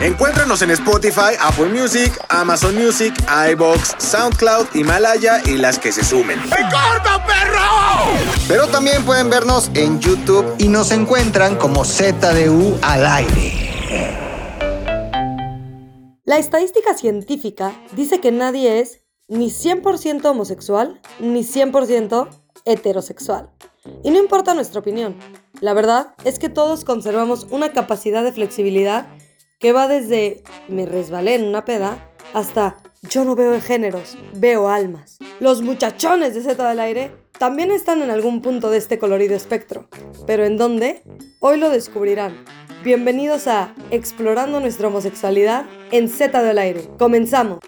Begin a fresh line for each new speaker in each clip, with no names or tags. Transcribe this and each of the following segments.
Encuéntranos en Spotify, Apple Music, Amazon Music, iBox, SoundCloud, Himalaya y las que se sumen.
Pero también pueden vernos en YouTube
y nos encuentran como ZDU al aire.
La estadística científica dice que nadie es ni 100% homosexual ni 100% heterosexual. Y no importa nuestra opinión. La verdad es que todos conservamos una capacidad de flexibilidad que va desde me resbalé en una peda hasta yo no veo géneros, veo almas. Los muchachones de Z del Aire también están en algún punto de este colorido espectro. Pero ¿en dónde? Hoy lo descubrirán. Bienvenidos a Explorando nuestra homosexualidad en Z del Aire. Comenzamos.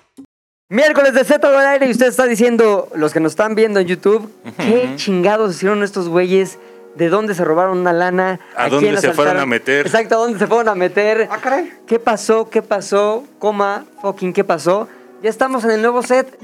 Miércoles de Z de aire y usted está diciendo, los que nos están viendo en YouTube, qué chingados hicieron estos güeyes, de dónde se robaron una lana,
¿A dónde
quién
se
asaltaron?
fueron a meter?
Exacto, a dónde se fueron a meter. Ah, caray. ¿Qué pasó? ¿Qué pasó? Coma, fucking, ¿qué pasó? Ya estamos en el nuevo set.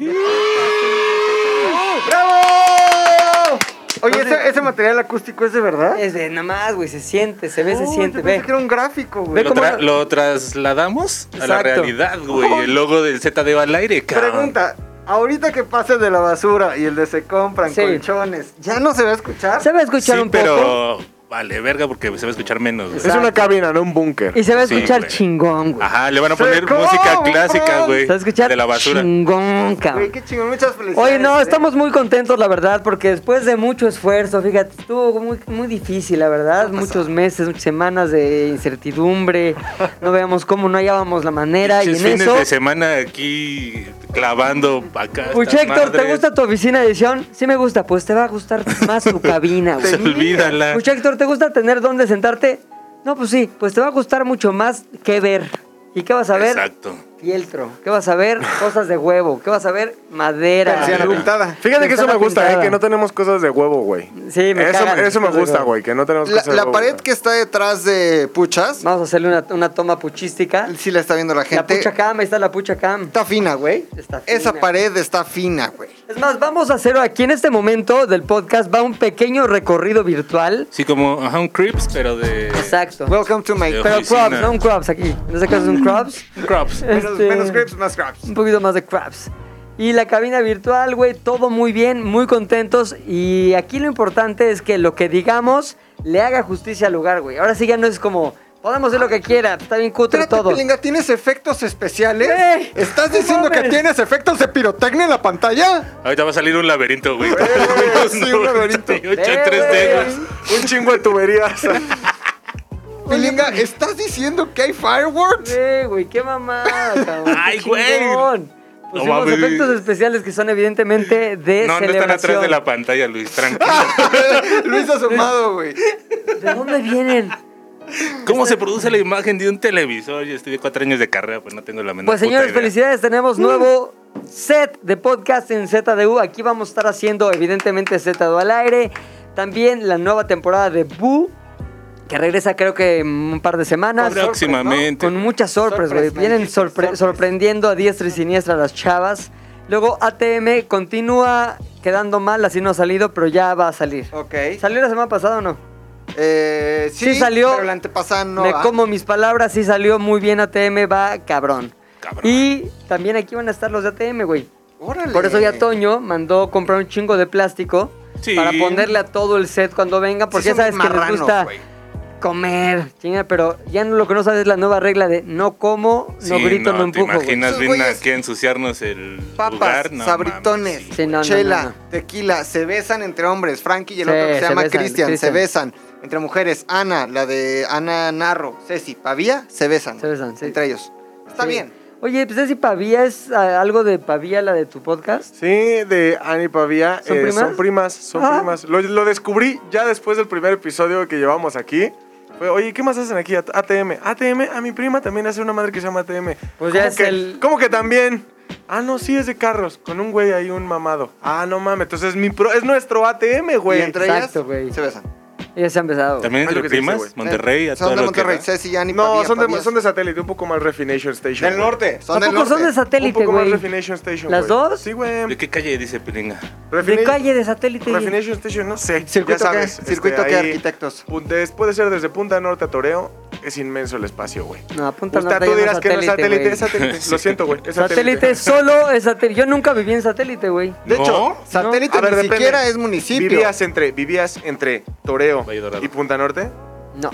¡Bravo! Oye,
Entonces-
ese, ese material acústico es de verdad.
Es de nada más, güey, se siente, se ve, se
Oh,
siente,
yo pensé
ve.
que era un gráfico,
Ve
güey.
Lo,
cómo
tra-
lo-
lo trasladamos a la
Exacto.
realidad, güey. El logo del ZDU al aire, cabrón.
Pregunta, ahorita que pase de la basura y el de se compran
Sí.
colchones, ¿ya no se va a escuchar?
Se va a escuchar
sí,
un poco.
pero vale, verga, porque se va a escuchar menos. güey.
Exacto.
cabina, no un búnker.
Y se va a
Sí,
escuchar
güey.
chingón, güey.
Ajá, le van a
Se
poner
compra.
música clásica, güey.
se va a escuchar
De la basura.
chingón, cabrón.
Güey, qué chingón, muchas felicidades.
Oye, no,
¿eh?
estamos muy contentos, la verdad, porque después de mucho esfuerzo, fíjate, estuvo muy, muy difícil, la verdad, muchos meses, muchas semanas de incertidumbre, no veíamos cómo, no hallábamos la manera, y
Pinches
en
fines
eso...
de semana aquí clavando acá. estas
Uy, pues, Héctor, ¿te
madres.
gusta tu oficina de edición? Sí me gusta, pues te va a gustar más tu cabina,
Se
güey.
olvídala.
Uy, Héctor, ¿te gusta tener dónde sentarte? No, pues sí, pues te va a gustar mucho más que ver. ¿Y qué vas a ver?
Exacto.
Fieltro. ¿Qué vas a ver? Cosas de huevo. ¿Qué vas a ver? Madera.
Persiana pintada.
Fíjate que eso
Ventana
me gusta,
pintada.
eh, que no tenemos cosas de huevo, güey.
Sí, me
eso,
cagan
eso me
las cosas de
gusta,
huevo.
güey, que no tenemos
La,
cosas de
la
huevo,
pared
güey.
que está detrás de Puchas,
Vamos a hacerle una, una toma puchística.
si la está viendo la
La
gente,
pucha cam, ahí está la pucha cam.
está fina, güey.
Está fina.
Esa pared está fina, güey.
Es más, vamos a hacer aquí en este momento del podcast, va un pequeño recorrido virtual.
Sí, como ajá, un Crips, pero de.
Exacto.
Welcome to my...
Yo.
Pero
oficina.
crops, no un crops aquí. En este caso es un crops.
Crops.
Menos,
Este,
menos grapes, más grapes.
Un poquito más de crops. Y la cabina virtual, güey, todo muy bien, muy contentos. Y aquí lo importante es que lo que digamos le haga justicia al lugar, güey. Ahora sí ya no es como, podemos hacer lo que quiera, está bien cutre
Espérate,
todo.
Pilinga, ¿tienes efectos especiales?
Güey,
¿Estás
no
diciendo que
mames.
tienes efectos de pirotecnia en la pantalla?
Ahorita va a salir un laberinto, güey.
sí, un laberinento.
98 en
Eh,
3D,
güey.
güey.
Un chingo de tuberías.
Pilinga, ¿estás diciendo que hay fireworks?
Sí, güey, qué mamada, cabrón.
Ay,
qué
güey.
chingón. Pusimos
No mames.
efectos especiales que son evidentemente de
No, no están
celebración.
atrás de la pantalla, Luis, tranquilo.
Luis asomado, güey.
¿De dónde vienen?
¿Cómo se produce la imagen de un televisor? Yo estudié cuatro años de carrera, pues no tengo la menor
Pues
puta
señores,
idea.
felicidades, tenemos
Mm.
nuevo set de podcast en ZDU. Aquí vamos a estar haciendo evidentemente ZDU al aire. También la nueva temporada de Boo, que regresa creo que en un par de semanas.
Próximamente.
Con muchas sorpresas, güey. Vienen sorpre- sorprendiendo a diestra y siniestra a las chavas. Luego ATM continúa quedando mal, así no ha salido, pero ya va a salir.
Ok.
¿Salió la semana pasada o no?
Eh, sí,
Sí salió.
Pero la antepasada no.
Me
¿ah?
como mis palabras, sí salió muy bien ATM, va cabrón.
Cabrón.
Y también aquí van a estar los de ATM, güey.
Órale.
Por eso ya Toño mandó comprar un chingo de plástico
Sí.
para ponerle a todo el set cuando venga, porque ya
Sí son
sabes que les
marranos,
gusta
güey.
comer, chinga, pero ya no, lo que no sabes es la nueva regla de no como, no
Sí,
grito, no,
¿te
empujo. güey.
imaginas,
Esos
vienen
güeyes-
aquí a ensuciarnos el
Papas,
lugar? No
sabritones,
mames, sí.
Sí, no, no,
chela,
no, no.
tequila, se besan entre hombres. Frankie y el
Sí,
otro que se,
se
llama
besan,
Cristian, se
Cristian.
besan. Entre mujeres, Ana, la de Ana Narro, Ceci, Pavía, se besan.
Se besan, sí.
Entre ellos. Está
Sí.
bien.
Oye, pues si Pavía es ah, algo de Pavía, la de tu podcast.
Sí, de Ani Pavía.
¿Son
eh,
primas?
Son primas, son
Ah.
primas. Lo, lo descubrí ya después del primer episodio que llevamos aquí. Fue, Oye, ¿qué más hacen aquí? At- ATM. ATM, a mi prima también hace una madre que se llama ATM.
Pues ya
¿Cómo
es
que-
el-
¿Cómo que también? Ah, no, sí es de carros, con un güey ahí, un mamado. Ah, no mames, entonces es mi pro, es nuestro ATM,
Y
güey.
entre
exacto,
ellas
güey.
se besan.
Ya se ha empezado.
También
Es lo
entre
que se dice,
primas,
güey.
Monterrey, a
Son
todo
de
lo que
Monterrey,
da.
Ceci, Yanni,
No,
Pavía,
son de,
Pavías.
son de satélite, un poco más Refination Station.
Del
güey.
norte.
¿A
Son del
poco son de
norte.
satélite,
Un poco más
güey?
Refination Station.
¿Las
güey.
dos?
Sí, güey.
¿De qué calle dice Pilinga?
De
Refine-
calle, de satélite. y-
Refination Station, no sé.
¿Circuito
ya sabes.
qué? ¿Circuito
este,
qué,
ahí,
arquitectos?
punta- es- Puede ser desde Punta Norte a Toreo. Es inmenso el espacio, güey.
No, apunta
Usted,
norte,
tú
yo
dirás que no es satélite,
güey.
es satélite. Lo siento, güey. Es
Satélite solo es satélite. Yo nunca viví en satélite, güey.
De
No.
hecho, satélite
A ver,
ni
depende.
siquiera es municipio.
Vivías entre, vivías entre Toreo
Valle Dorado.
y Punta Norte,
No.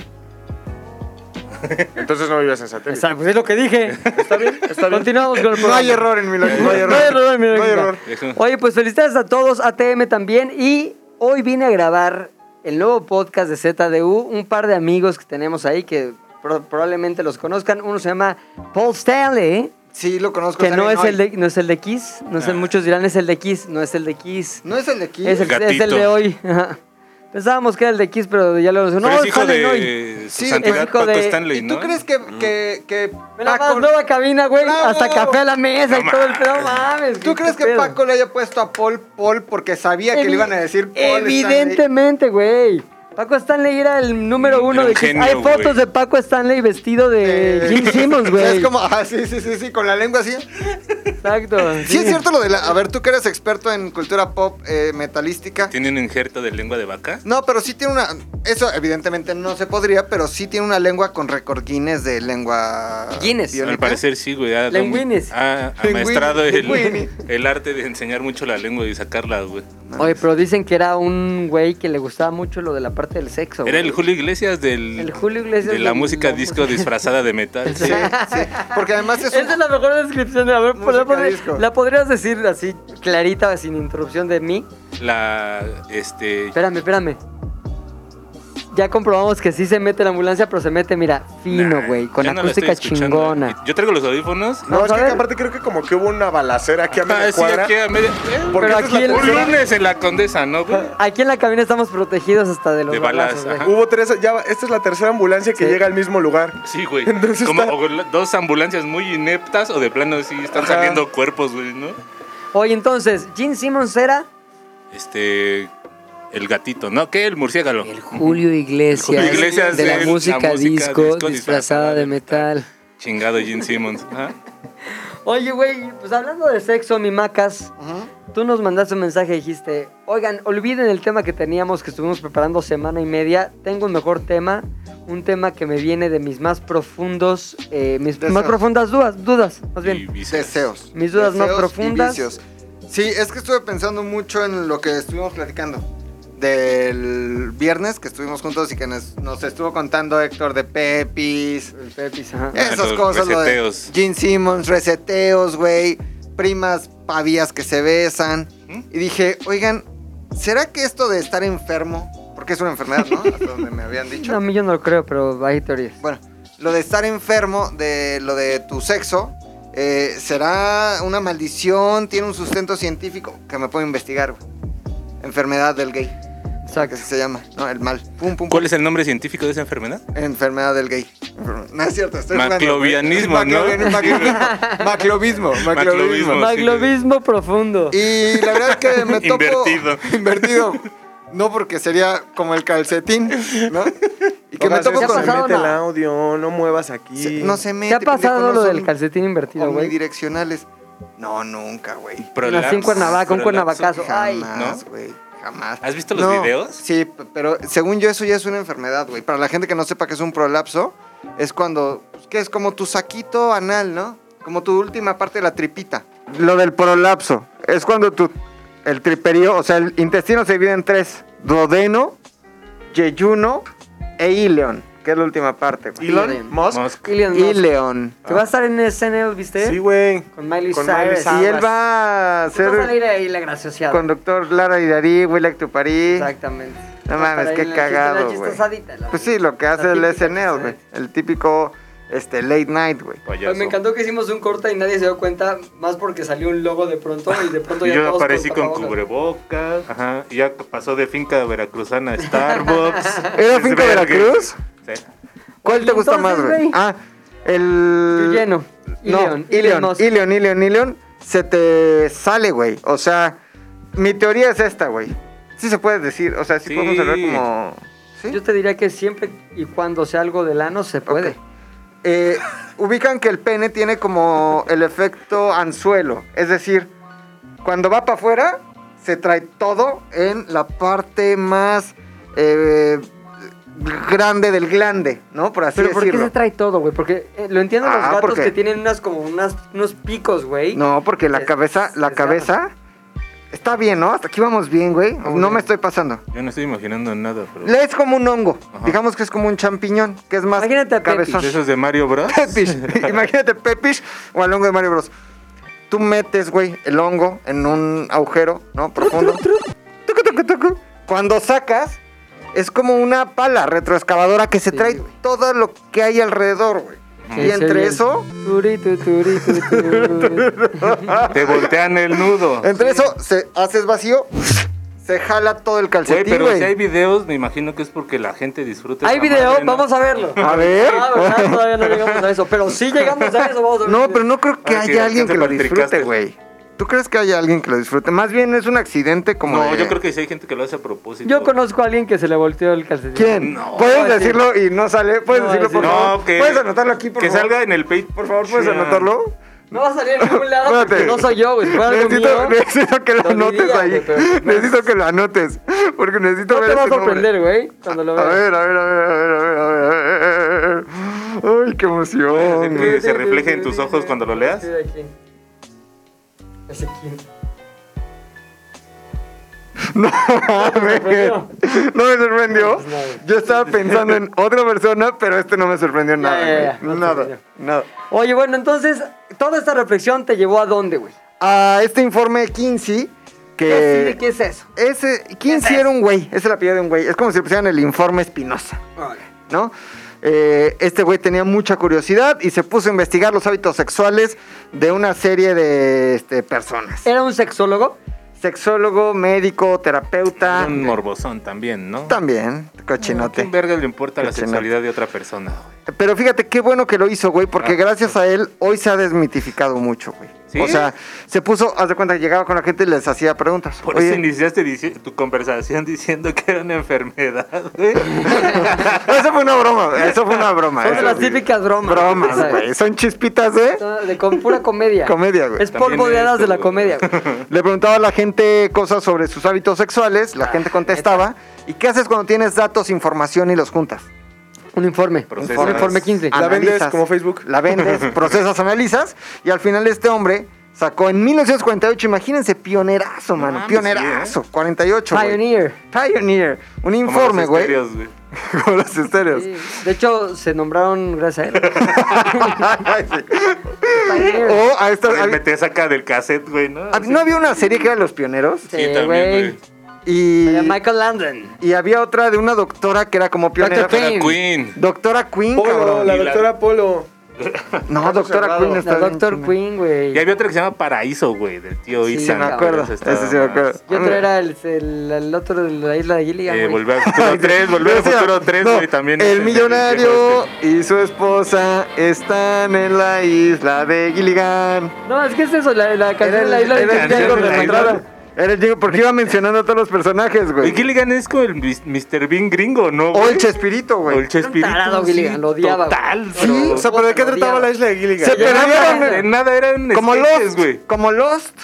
entonces no vivías en satélite.
Exacto, pues es lo que dije. Está bien, está bien. Continuamos con el programa.
No hay error en mi lógica.
No hay error.
No hay error, mi
No hay
lógica.
error.
Oye, pues felicidades a todos, ATM también. Y hoy vine a grabar el nuevo podcast de ZDU. Un par de amigos que tenemos ahí que pro- probablemente los conozcan. Uno se llama Paul Stanley,
Sí, lo conozco.
que no
también,
es, el de, no es el de Kiss. No sé, muchos dirán es el de Kiss, no es el de Kiss.
No es el de aquí.
Es el, es
Gatito.
el de hoy. Ajá. Pensábamos que era el de Kiss, pero ya lo
Pero
No,
es hijo
sale hoy.
de su
Sí,
es
santidad
hijo
Paco
de-
Stanley,
¿Y
¿no? Mm.
tú crees que, que, que
Mira,
Paco-
más nueva cabina, güey.
¡Bravo!
Hasta café a la mesa y
No
todo el pedo. Mames.
¿Tú
qué
crees que
pedo.
Paco le haya puesto a Paul Paul porque sabía que
Evi-
le iban a decir Paul? Stanley?
Evidentemente, güey. Paco Stanley era el número uno
Era
de
un
Kiss.
genio,
Hay fotos
güey.
de Paco Stanley vestido de
Eh,
Jim Simmons,
O sea,
güey.
Es como, ah, sí, sí, sí, sí, con la lengua así.
Exacto.
Sí, es cierto lo de la. A ver, tú que eres experto en cultura pop eh, metalística.
¿Tiene un injerto de lengua de vaca?
No, pero sí tiene una. Eso evidentemente no se podría, pero sí tiene una lengua con recordines de lengua.
Guinness.
biónica.
Al parecer sí, güey. Ha,
Lenguines.
ha
Lenguini,
maestrado el,
lenguini.
el arte de enseñar mucho la lengua y sacarla, güey.
Oye, pero dicen que era un güey que le gustaba mucho lo de la parte del sexo.
Era
güey.
el Julio Iglesias del...
El Julio Iglesias
De la
del-
música
la
disco disfrazada de metal.
Sí, sí. Porque además es
Esa es
un.
la mejor descripción de a ver,
Música
¿la, podri-
disco.
la podrías decir así clarita sin interrupción de mí.
La... Este...
Espérame, espérame. Ya comprobamos que sí se mete la ambulancia, pero se mete, mira, fino,
Nah,
güey, con
yo no la estoy
acústica
escuchando. eh.
chingona.
Yo traigo los audífonos.
No,
Vamos
es
a
que
ver.
aparte creo que como que hubo una balacera aquí a
Ah,
media
sí,
cuadra.
aquí a media- eh,
Pero
Porque esa es la
aquí el-
Un
pulsión.
lunes en la condesa, ¿no,
Ah.
güey?
Aquí en la cabina estamos protegidos hasta de los
De
balazos,
balas,
güey.
ajá.
Hubo tres, ya, va- esta es la tercera ambulancia que
Sí.
llega al mismo lugar.
Sí, güey.
Entonces
Como
está-
o la- dos ambulancias muy ineptas o de plano sí están
Ajá.
saliendo cuerpos, güey, ¿no?
Oye, entonces, Gene Simmons era
Este el gatito, ¿no? ¿Qué? El murciélago.
el Julio Iglesias,
Julio Iglesias
de la,
de la
música,
música
disco,
disco
disfrazada
disfrazada
de
de
metal.
Chingado Gene Simmons. Ah, Ajá.
Oye, güey, pues hablando de sexo, mi macas,
Ujú.
tú nos mandaste un mensaje y dijiste, oigan, olviden el tema que teníamos, que estuvimos preparando semana y media, tengo un mejor tema, un tema que me viene de mis más profundos, eh, mis
Deseos.
más profundas dudas, dudas, más
Y
bien.
vice-
Deseos.
Mis dudas más
Deseos y
profundas.
vicios. Sí, es que estuve pensando mucho en lo que estuvimos platicando. Del viernes que estuvimos juntos y que nos, nos estuvo contando Héctor de Pepis.
El Pepis, ajá.
Eh.
Esas
los
cosas, lo de
reseteos.
Gene Simmons, reseteos, güey. Primas pavías que se besan.
¿Mm?
Y dije, oigan, ¿será que esto de estar enfermo, porque es una enfermedad, ¿no? Hasta donde me habían dicho.
No, a mí yo no lo creo, pero hay teorías.
Bueno, lo de estar enfermo, de lo de tu sexo, eh, ¿será una maldición? ¿Tiene un sustento científico? Que me puedo investigar, güey. Enfermedad del gay, que
Exacto.
así se llama, ¿no? El mal. Pum, pum, pum.
¿Cuál es el nombre científico de esa enfermedad?
Enfermedad del gay. Enferme- No es cierto, estoy jugando,
Maclovianismo,
güey.
¿no?
Maclovian- maclovismo, Maclovismo, maclovismo.
Maclovismo.
Maglovismo profundo.
Y la verdad es que me tocó...
Invertido.
Invertido. No porque sería como el calcetín, ¿no? Y que
Oiga,
me topo
César,
¿te ha
con...
pasado
mete el
nada?
audio, no muevas aquí.
Se- No se mete.
¿Te ha pasado
pendejo, no
lo del
son-
calcetín invertido, güey?
omnidireccionales. No, nunca, güey.
Prolapso,
Nací en Cuernavaca, un
prolapso.
cuernavacazo. Ay.
Jamás, güey. Jamás.
¿Has visto los videos?
Sí, p- pero según yo eso ya es una enfermedad, güey. Para la gente que no sepa que es un prolapso, es cuando pues, que es como tu saquito anal, ¿no? Como tu última parte de la tripita.
Lo del prolapso. Es cuando tu, el triperío, o sea, el intestino se divide en tres. Duodeno, yeyuno e ileón, que es la última parte. güey.
Elon Musk.
Musk.
Elon Musk.
Ileón.
Que va a estar en SNL, ¿viste?
Sí, güey.
Con Miley
Con
Cyrus.
Miley Cyrus.
Y él va a
Va a
ser
salir ahí la graciosa.
conductor Lara Idarí, Willa Tuparí.
Exactamente.
No
Va a estar
mames,
ahí
qué
la
cagado,
chistera
güey.
chistosadita, la
Pues
verdad.
sí, lo que
La
hace el
típica ¿eh?
SNL, güey.
chistosadita.
El típico este, late night, güey.
Payaso.
Oye, Pues me encantó que hicimos un corte y nadie se dio cuenta, más porque salió un logo de pronto y de pronto
Y
ya
Yo
todos
aparecí con
tapabocas.
cubrebocas. Ajá. Y ya pasó de finca veracruzana a Starbucks.
¿Era
Es
Finca
verga.
Veracruz?
Sí.
¿Cuál te
Y
gusta
entonces,
más, güey?
güey.
Ah, el...
Yo lleno.
No,
Elon, Elon
Ilion,
Musk.
Ilion, Ilion, Ilion. se te sale, güey. O sea, mi teoría es esta, güey. Sí se puede decir, o sea, sí,
Sí.
podemos hablar como... ¿Sí?
Yo te diría que siempre y cuando sea algo del ano se puede.
Ok. Eh, ubican que el pene tiene como el efecto anzuelo. Es decir, cuando va para afuera, se trae todo en la parte más eh, grande del glande, ¿no? Por así
Pero ¿por qué
decirlo.
se trae todo, güey? Porque eh, lo entiendo los
Ah,
gatos
porque-
que tienen unas como unas, unos picos, güey.
No, porque la
Es-
cabeza, la
es-
cabeza está bien, ¿no? Hasta aquí vamos bien, güey. No
bien.
me estoy pasando.
Yo no estoy imaginando nada, pero.
Es como un hongo.
Ajá.
Digamos que es como un champiñón, que es más
Imagínate a
cabezón.
¿De esos de Mario Bros?
Pepish. Imagínate Pepish o al hongo de Mario Bros. Tú metes, güey, el hongo en un agujero, ¿no? Profundo. Tucu, tucu, tucu. Cuando sacas, es como una pala retroexcavadora que se
Sí,
trae
güey.
todo lo que hay alrededor, güey.
Sí,
y
se
entre
oye.
eso,
Turi, tu, turi, tu, tu.
Te voltean el nudo.
entre eso, se haces vacío, se jala todo el
Güey,
calcetín,
pero si hay
güey.
videos, me imagino que es porque la gente
Este
disfruta.
Hay
esa
video,
madre, ¿no?
vamos a verlo.
A ver.
Ah, ¿verdad? todavía no llegamos a eso, pero sí llegamos a eso, vamos a ver.
No, pero no creo que
Ahora sí,
haya alguien
alcanza
que lo
para el
disfrute,
Tricaster.
güey. ¿Tú crees que haya alguien que lo disfrute? Más bien es un accidente como
No,
de-
yo creo que sí hay gente que lo hace a propósito.
Yo conozco a alguien que se le volteó el calcetín.
¿Quién?
No.
puedes decirlo y no sale. Puedes
No,
decirlo, por
sí.
favor.
No, que.
Puedes anotarlo aquí, por
Que
favor.
salga en el page, por favor,
¿Puedes anotarlo?
No va a salir en ningún lado porque
Espérate.
no soy yo, güey. Si fuera algo
Necesito,
mío,
necesito que lo
lo diría,
anotes ahí.
güey, pero-
Necesito que lo anotes. Porque necesito
no
ver
te va a
ese nombre.
sorprender, güey, cuando lo
A
veas.
ver, a ver, a ver, a ver, a ver, a ver, a ver. Ay, qué emoción. güey.
Que se refleje en tus ojos cuando lo leas.
Sí, de aquí. Ese quién.
No mames.
sorprendió?
No me sorprendió.
Pues nada.
Yo estaba pensando en otra persona, pero este no me sorprendió nada.
ya, ya, no
güey.
te
Nada,
sorprendió.
nada.
Oye, bueno, entonces, toda esta reflexión te llevó a dónde, güey.
A este informe Kinsey,
¿Qué, sí,
que
¿Qué es eso?
Ese, ¿Quién sí era un güey? Es el apellido de un güey. Es como si le pusieran el informe Espinosa, ¿no? Eh, este güey tenía mucha curiosidad y se puso a investigar los hábitos sexuales de una serie de este, personas.
¿Era un sexólogo?
Sexólogo, médico, terapeuta.
Un morbosón también, ¿no?
También,
¿A
cochinote.
quién verga le importa la
Cochinote.
sexualidad de otra persona, güey?
Pero fíjate qué bueno que lo hizo, güey, porque gracias a él hoy se ha desmitificado mucho, güey.
Ah. ¿Sí?
O sea, se puso, haz de cuenta que llegaba con la gente y les hacía preguntas.
Por
Oye,
eso iniciaste dici- tu conversación diciendo que era una enfermedad, güey.
Eso fue una broma, eso fue una broma.
Son de
eso
las
sí.
típicas bromas.
Bromas, güey. Son chispitas ¿eh? de
De con pura comedia.
comedia, güey.
Es polvo
También
de hadas
esto,
de la
güey.
comedia, güey.
Le preguntaba a la gente cosas sobre sus hábitos sexuales, la gente contestaba. ¿Y qué haces cuando tienes datos, información y los juntas?
Un informe.
Procesas.
Un informe 15.
La vendes
Analizas.
como Facebook.
La vendes, procesas, analizas. Y al final este hombre sacó en 1948, imagínense, pionerazo, mano,
mames,
pionerazo. 48, güey.
Pioneer.
Pioneer. Un
Como
informe,
los
güey.
estéreos,
Como los estéreos.
Sí. De hecho, se nombraron gracias a él.
Ay, sí.
Pioneer.
O a esta...
Güey, Me te saca del cassette, güey, ¿no?
hab- Ah, ¿No había una serie que era Los Pioneros?
Sí, Este, güey.
Y...
De Michael Landon.
Y había otra de una doctora que era como pionera.
Doctor
Era Queen.
Doctora Queen,
Polo,
cabrón.
la
Y la-
doctora Polo.
No, doctora
cerrado.
Queen está
La
bien
Doctor
chingona.
Queen,
Y
güey.
había otra que se llama Paraíso, güey, del tío
Sí,
Ethan.
Sí, me
Cabrón,
acuerdo.
Ese
Ese
estaba
sí me
más-
acuerdo.
Y otro era el, el- el otro de la isla de Gilligan,
Eh,
güey.
volver al futuro 3, volver al
Decía,
futuro 3,
no,
güey, también. este.
El
ese-
millonario y su esposa están en la isla de Gilligan.
No, es que es eso, la, la canción
Era
de la isla de
era el
Gilligan.
Gilligan.
Canción
Django
de la isla.
Recontrado. Era el Django, porque iba mencionando a todos los personajes,
Güey,
güey.
Gilligan es como el mis- Mr. Bean gringo, ¿no?
O
güey?
el Chespirito,
O el
güey.
Chespirito.
Un tarado,
sí,
Gilligan, lo odiaba, güey.
Total,
Sí,
pero-
O sea, ¿pero de qué
Puta, lo
trataba
odiaba.
la isla de Gilligan?
Se
Ya
pero
nada,
eran-
de nada, eran
Como
sketches,
Lost,
güey.
como Lost.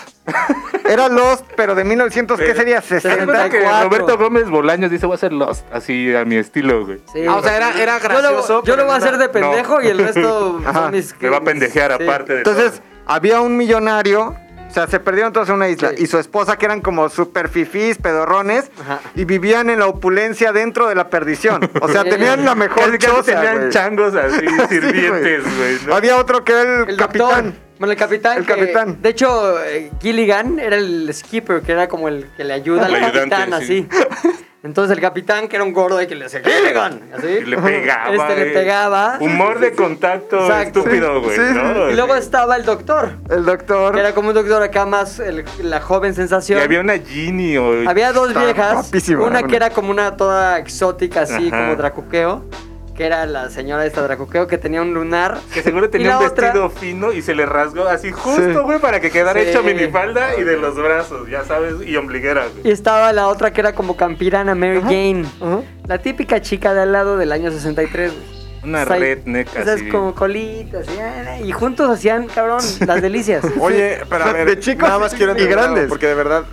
Era Lost, pero de 1900, ¿qué
Pero-
sería?
¿Te das cuenta
60.
que
34.
Roberto Gómez Bolaños dice voy a hacer Lost, así a mi estilo, güey.
Sí.
Ah, o sea, era- era
Yo lo-
gracioso,
Yo
pero
lo voy a
no-
hacer de pendejo y el resto
Ajá.
son mis...
Me va a pendejear
sí.
aparte de
Entonces,
todo.
había un millonario. O sea, se perdieron todos en una isla.
Sí.
Y su esposa, que eran como super fifís, pedorrones.
Ajá.
Y vivían en la opulencia dentro de la perdición. O sea,
Sí.
tenían la mejor
Casi, casi
choza,
tenían
güey.
changos así,
Sí, güey.
sirvientes, güey. ¿no?
Había otro que era el,
El
capitán.
doctor. Bueno, el capitán.
El
que-
capitán.
de hecho, eh, Gilligan era el skipper, que era como el que le ayuda al
El ayudante,
capitán, así.
sí.
Entonces el capitán, que era un gordo, y que le decía, Gilligan, así.
Y le pegaba.
Este le
eh.
pegaba.
Humor de contacto
Exacto.
estúpido, güey.
Sí, sí,
¿no?
Y luego estaba el doctor,
El doctor.
que era como un doctor acá más el- la joven
Y
sensación.
había una Ginny o.
Había dos
Está
viejas,
guapísima,
una
una.
que era como una toda exótica, así
Ajá.
como dracuqueo, que era la señora esta Draco, creo que tenía un lunar.
Que seguro
Y
tenía
la
un
otra-
vestido fino y se le rasgó así justo, güey, para que quedara
Sí.
hecho minifalda y de los brazos, ya sabes, y ombliguera, güey.
Y estaba la otra que era como campirana, Mary Jane.
Ajá.
La típica chica de al lado del año 63, güey.
Una
Está ahí,
redneck
esas
así.
como colitas. Y, ah, y juntos hacían, cabrón, las delicias.
Oye, pero a ver,
De chicos
nada más quiero
y
entender algo,
grandes.
Porque de verdad.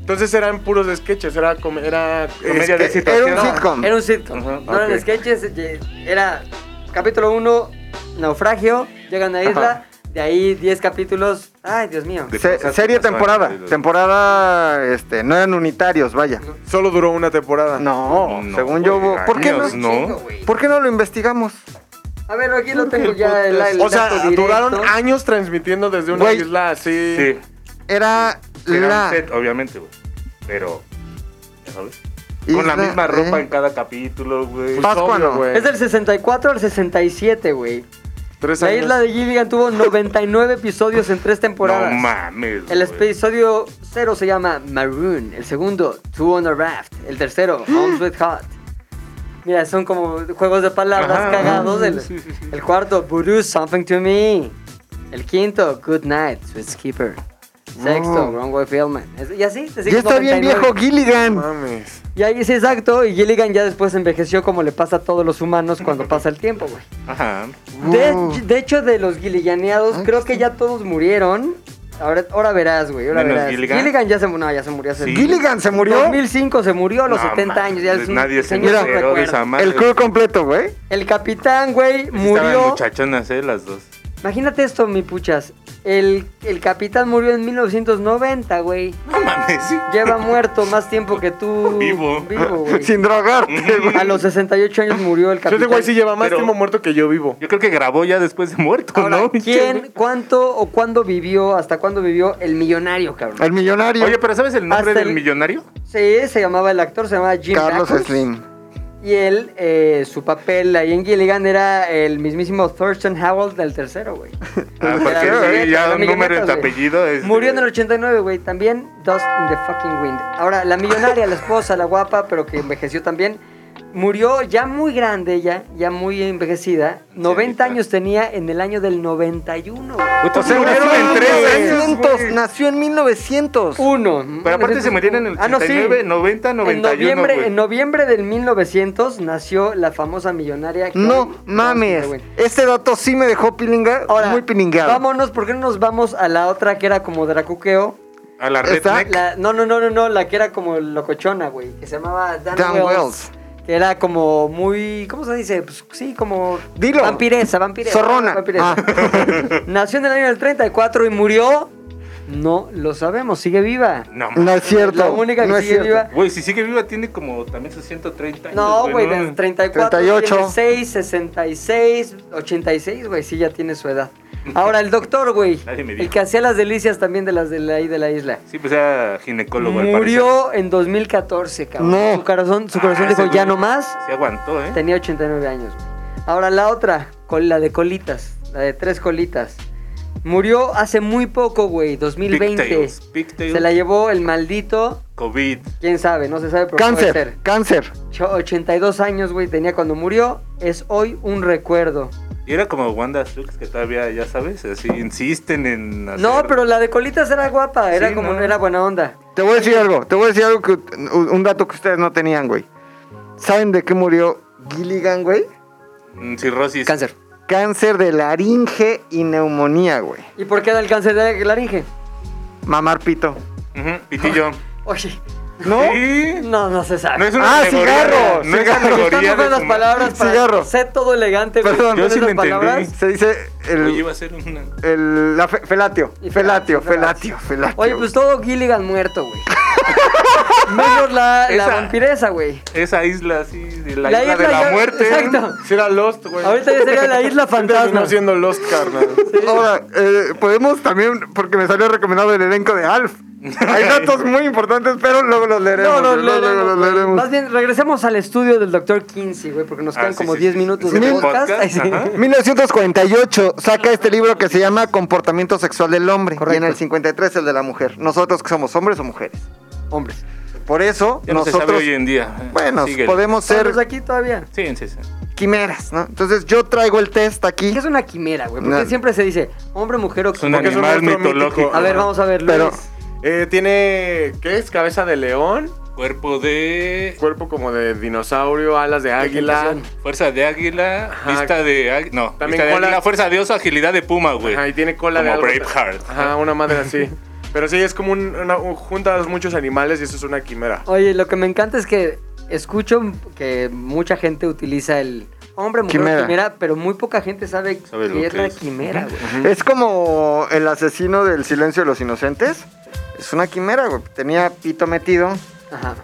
Entonces eran puros sketches, era. com- era
Comedia
este,
de situación.
Era un sitcom.
Era un sitcom.
Ajá,
no eran
ok.
sketches, eh, era capítulo 1, naufragio, llegan a la isla, de ahí 10 capítulos. Ay, Dios mío.
De
Se-
cosas que
serie
pasaban,
temporada.
güey, los-
Temporada, este, no eran unitarios, vaya.
Solo duró una temporada.
No,
No,
según yo
güey,
hubo... ¿Por qué no?
años, ¿no?
Chingo, güey.
¿Por qué no lo investigamos?
A ver, aquí lo tengo ya. El, el
o sea,
dato directo.
duraron años transmitiendo desde una
Güey.
isla así.
Sí,
Era
que era
la...
un set, obviamente, güey. Pero, ya sabes. Con
isla
la misma
de-
ropa en cada capítulo, güey.
Pues Pascua,
obvio,
¿no?
güey.
Es del 64 al 67, güey.
Pues
Tres
La
años.
isla de Gilligan tuvo 99 episodios en tres temporadas.
No mames,
El
güey.
episodio 0 se llama Maroon. El segundo, Two on a Raft. El tercero, Homes with Hot. Mira, son como juegos de palabras
Ajá,
cagados.
ajá,
El,
sí, sí, sí.
el cuarto, Voodoo Something to Me. El quinto, Good Night, Sweet Skipper. Sexto,
Wow.
Wrong Way Filman. Y así, te
Ya
sigues
está
99.
bien viejo Gilligan.
Mames.
Y ahí sí, exacto. Y Gilligan ya después envejeció como le pasa a todos los humanos cuando pasa el tiempo, güey.
Ajá.
De,
Wow.
de hecho, de los gilliganeados, creo que ya todos murieron. Ahora, ahora verás, güey, ahora
Menos
verás.
Gilligan.
Gilligan. ya se, mu- no, ya se murió. hace-
Sí.
Gilligan se
En
murió.
2005 se murió a los
No
70 años. Ya
mames,
es un
Nadie se
señor sin
enteró de
recuerdo.
esa madre.
El crew completo, güey.
El capitán, güey,
Sí Estaban
murió.
muchachonas, eh, las dos.
Imagínate esto, mi puchas. El, el capitán murió en 1990, güey.
No mames, sí.
Lleva muerto más tiempo que tú.
Vivo.
Vivo, güey.
Sin drogarte, güey.
A los 68 años murió el
Yo
capitán.
ese güey sí lleva más
Pero-
tiempo muerto que yo vivo.
Yo creo que grabó ya después de muerto,
Ahora,
¿no?
¿Quién, cuánto o cuándo vivió, hasta cuándo vivió el millonario, cabrón?
El millonario.
Oye, pero ¿sabes el nombre
Hasta
del
el-
millonario?
Sí, se llamaba el actor, se llamaba Jim
Carlos
Backus,
Slim.
Y él, eh, su papel ahí en Gilligan era el mismísimo Thurston Howell del tercero, güey.
Ah,
Era
porque
millonario,
sí, ya
era
un número en tu
millonario, güey.
apellido este- es.
Murió en el 89, güey. También Dust in the Fucking Wind. Ahora, la millonaria, la esposa, la guapa, pero que envejeció también. Murió ya muy grande, ya, ya muy envejecida. 90 años tenía en el año del 91, güey.
Puta, se murieron
Nació
en tres años. güey.
1900, Nació en 1900.
Uno.
Pero aparte se murieron en el
Ah, no, sí.
89, 90, 91.
en noviembre,
güey.
en noviembre del 1900 nació la famosa millonaria. Karen
No
Dawson,
mames.
güey.
Este dato sí me dejó pilinga,
Ahora,
muy pilingado.
Vámonos, ¿por qué no nos vamos a la otra que era como dracuqueo?
A la
Está-
redneck.
La, no, no, no, no, no, la que era como locochona, güey, que se llamaba Dan,
Dan
Wells,
Wells.
Que era como muy, ¿cómo se dice? Pues, sí, como...
Dilo.
Vampiresa, vampiresa.
Zorrona.
vampiresa.
Ah.
Nació en el año del 34 y murió. No lo sabemos, sigue viva.
No, mames.
No es cierto.
La única que
no es
sigue
cierto.
viva.
Güey, si sigue viva tiene como también sus 130 años.
No, güey, de 34,
38.
36, 66, 86, güey, sí ya tiene su edad. Ahora, el doctor, güey,
Nadie me dijo.
el que hacía las delicias también de las de la, ahí de la isla.
Sí, pues era ginecólogo. al
Murió en 2014, cabrón.
No.
Su corazón, su corazón
Ah,
dijo,
ese
ya
güey.
no más. Este
parecer. Se aguantó, ¿eh?
Tenía 89 años, güey. Ahora, la otra, con la de colitas, la de tres colitas. Murió hace muy poco, güey, 2020.
Pigtails, pigtails.
Se la llevó el maldito,
COVID.
quién sabe, no se sabe, pero pues, puede ser.
Cáncer, cáncer.
Cho- 82 años, güey, tenía cuando murió. Es hoy un recuerdo.
Y era como Wanda Sux, que todavía, ya sabes, así insisten en. hacer-
No, pero la de colitas era guapa, era
Sí,
como
no.
era buena onda.
Te voy a decir algo, te voy a decir algo que un un dato que ustedes no tenían, güey. ¿Saben de qué murió Gilligan, güey?
Mm, Cirrosis.
Cáncer.
Cáncer de laringe y neumonía, güey.
¿Y por qué era el cáncer de laringe?
Mamar pito.
Ujú, Pitillo.
Oye,
¿No?
Sí.
no, no se sabe.
No es una
Ah,
alegoría,
cigarro,
No es
cigarro.
Buscando
alegoría. de
buenas
fumar.
palabras para
Cigarro.
sé todo elegante, güey,
Perdón,
con
yo sí
esas
lo entendí.
palabras.
Se dice
Oye, iba
el,
a ser una.
el la fe- felatio,
Y felatio,
felatio, felatio, felatio.
Oye, pues todo Gilligan muerto, güey. Menos la, la
Esa.
vampireza, güey.
Esa isla así, de la,
La
isla, de
isla
la
ya-
muerte.
exacto.
Si era Lost, güey.
Ahorita ya sería la isla fantasma.
Terminó siendo Lost, carnal.
Ahora, eh, podemos también, porque me salió recomendado el elenco de Alf. Hay datos muy importantes, pero luego los
No,
leeremos.
no,
luego
leeremos,
los
güey.
leeremos.
Más bien, regresemos al estudio del doctor Kinsey, güey, porque nos
Ah,
quedan
sí,
como
sí,
10
sí.
minutos
¿De
de podcast.
podcast?
Ay, sí.
Ajá.
1948 saca este libro que se llama Comportamiento sexual del hombre y en
Correcto.
el 53 el de la mujer. Nosotros que somos hombres o mujeres.
Hombres.
Por eso
Ya no se
nosotros
sabe hoy en día.
bueno,
Síguele.
podemos ser
Estamos aquí todavía.
Sí, sí, sí.
quimeras, ¿no? Entonces yo traigo el test aquí.
¿Qué es una quimera, güey? Porque
No.
siempre se dice hombre, mujer o
Es un
quimera.
Porque es un
animal
monstruo
mitológico.
mítico.
A ver, vamos a ver, Luis.
Pero-
Eh, tiene, ¿qué es? Cabeza de león,
Cuerpo de.
cuerpo como de dinosaurio, alas de águila.
Fuerza de águila,
Ajá.
vista de águila. No,
También
vista de
cola-
águila, fuerza de oso, agilidad de puma, güey.
Ajá, y tiene cola de
Como
algo.
Braveheart.
Ajá, una madre así. Pero sí, es como un, una, un- juntas muchos animales y eso es una quimera.
Oye, lo que me encanta es que escucho que mucha gente utiliza el hombre, mujer o
Quimera.
quimera, pero muy poca gente sabe,
Sabe lo
que es
que
la
es.
quimera, güey.
Es como el asesino del silencio de los inocentes. Es una quimera, güey. Tenía pito metido,
Ajá.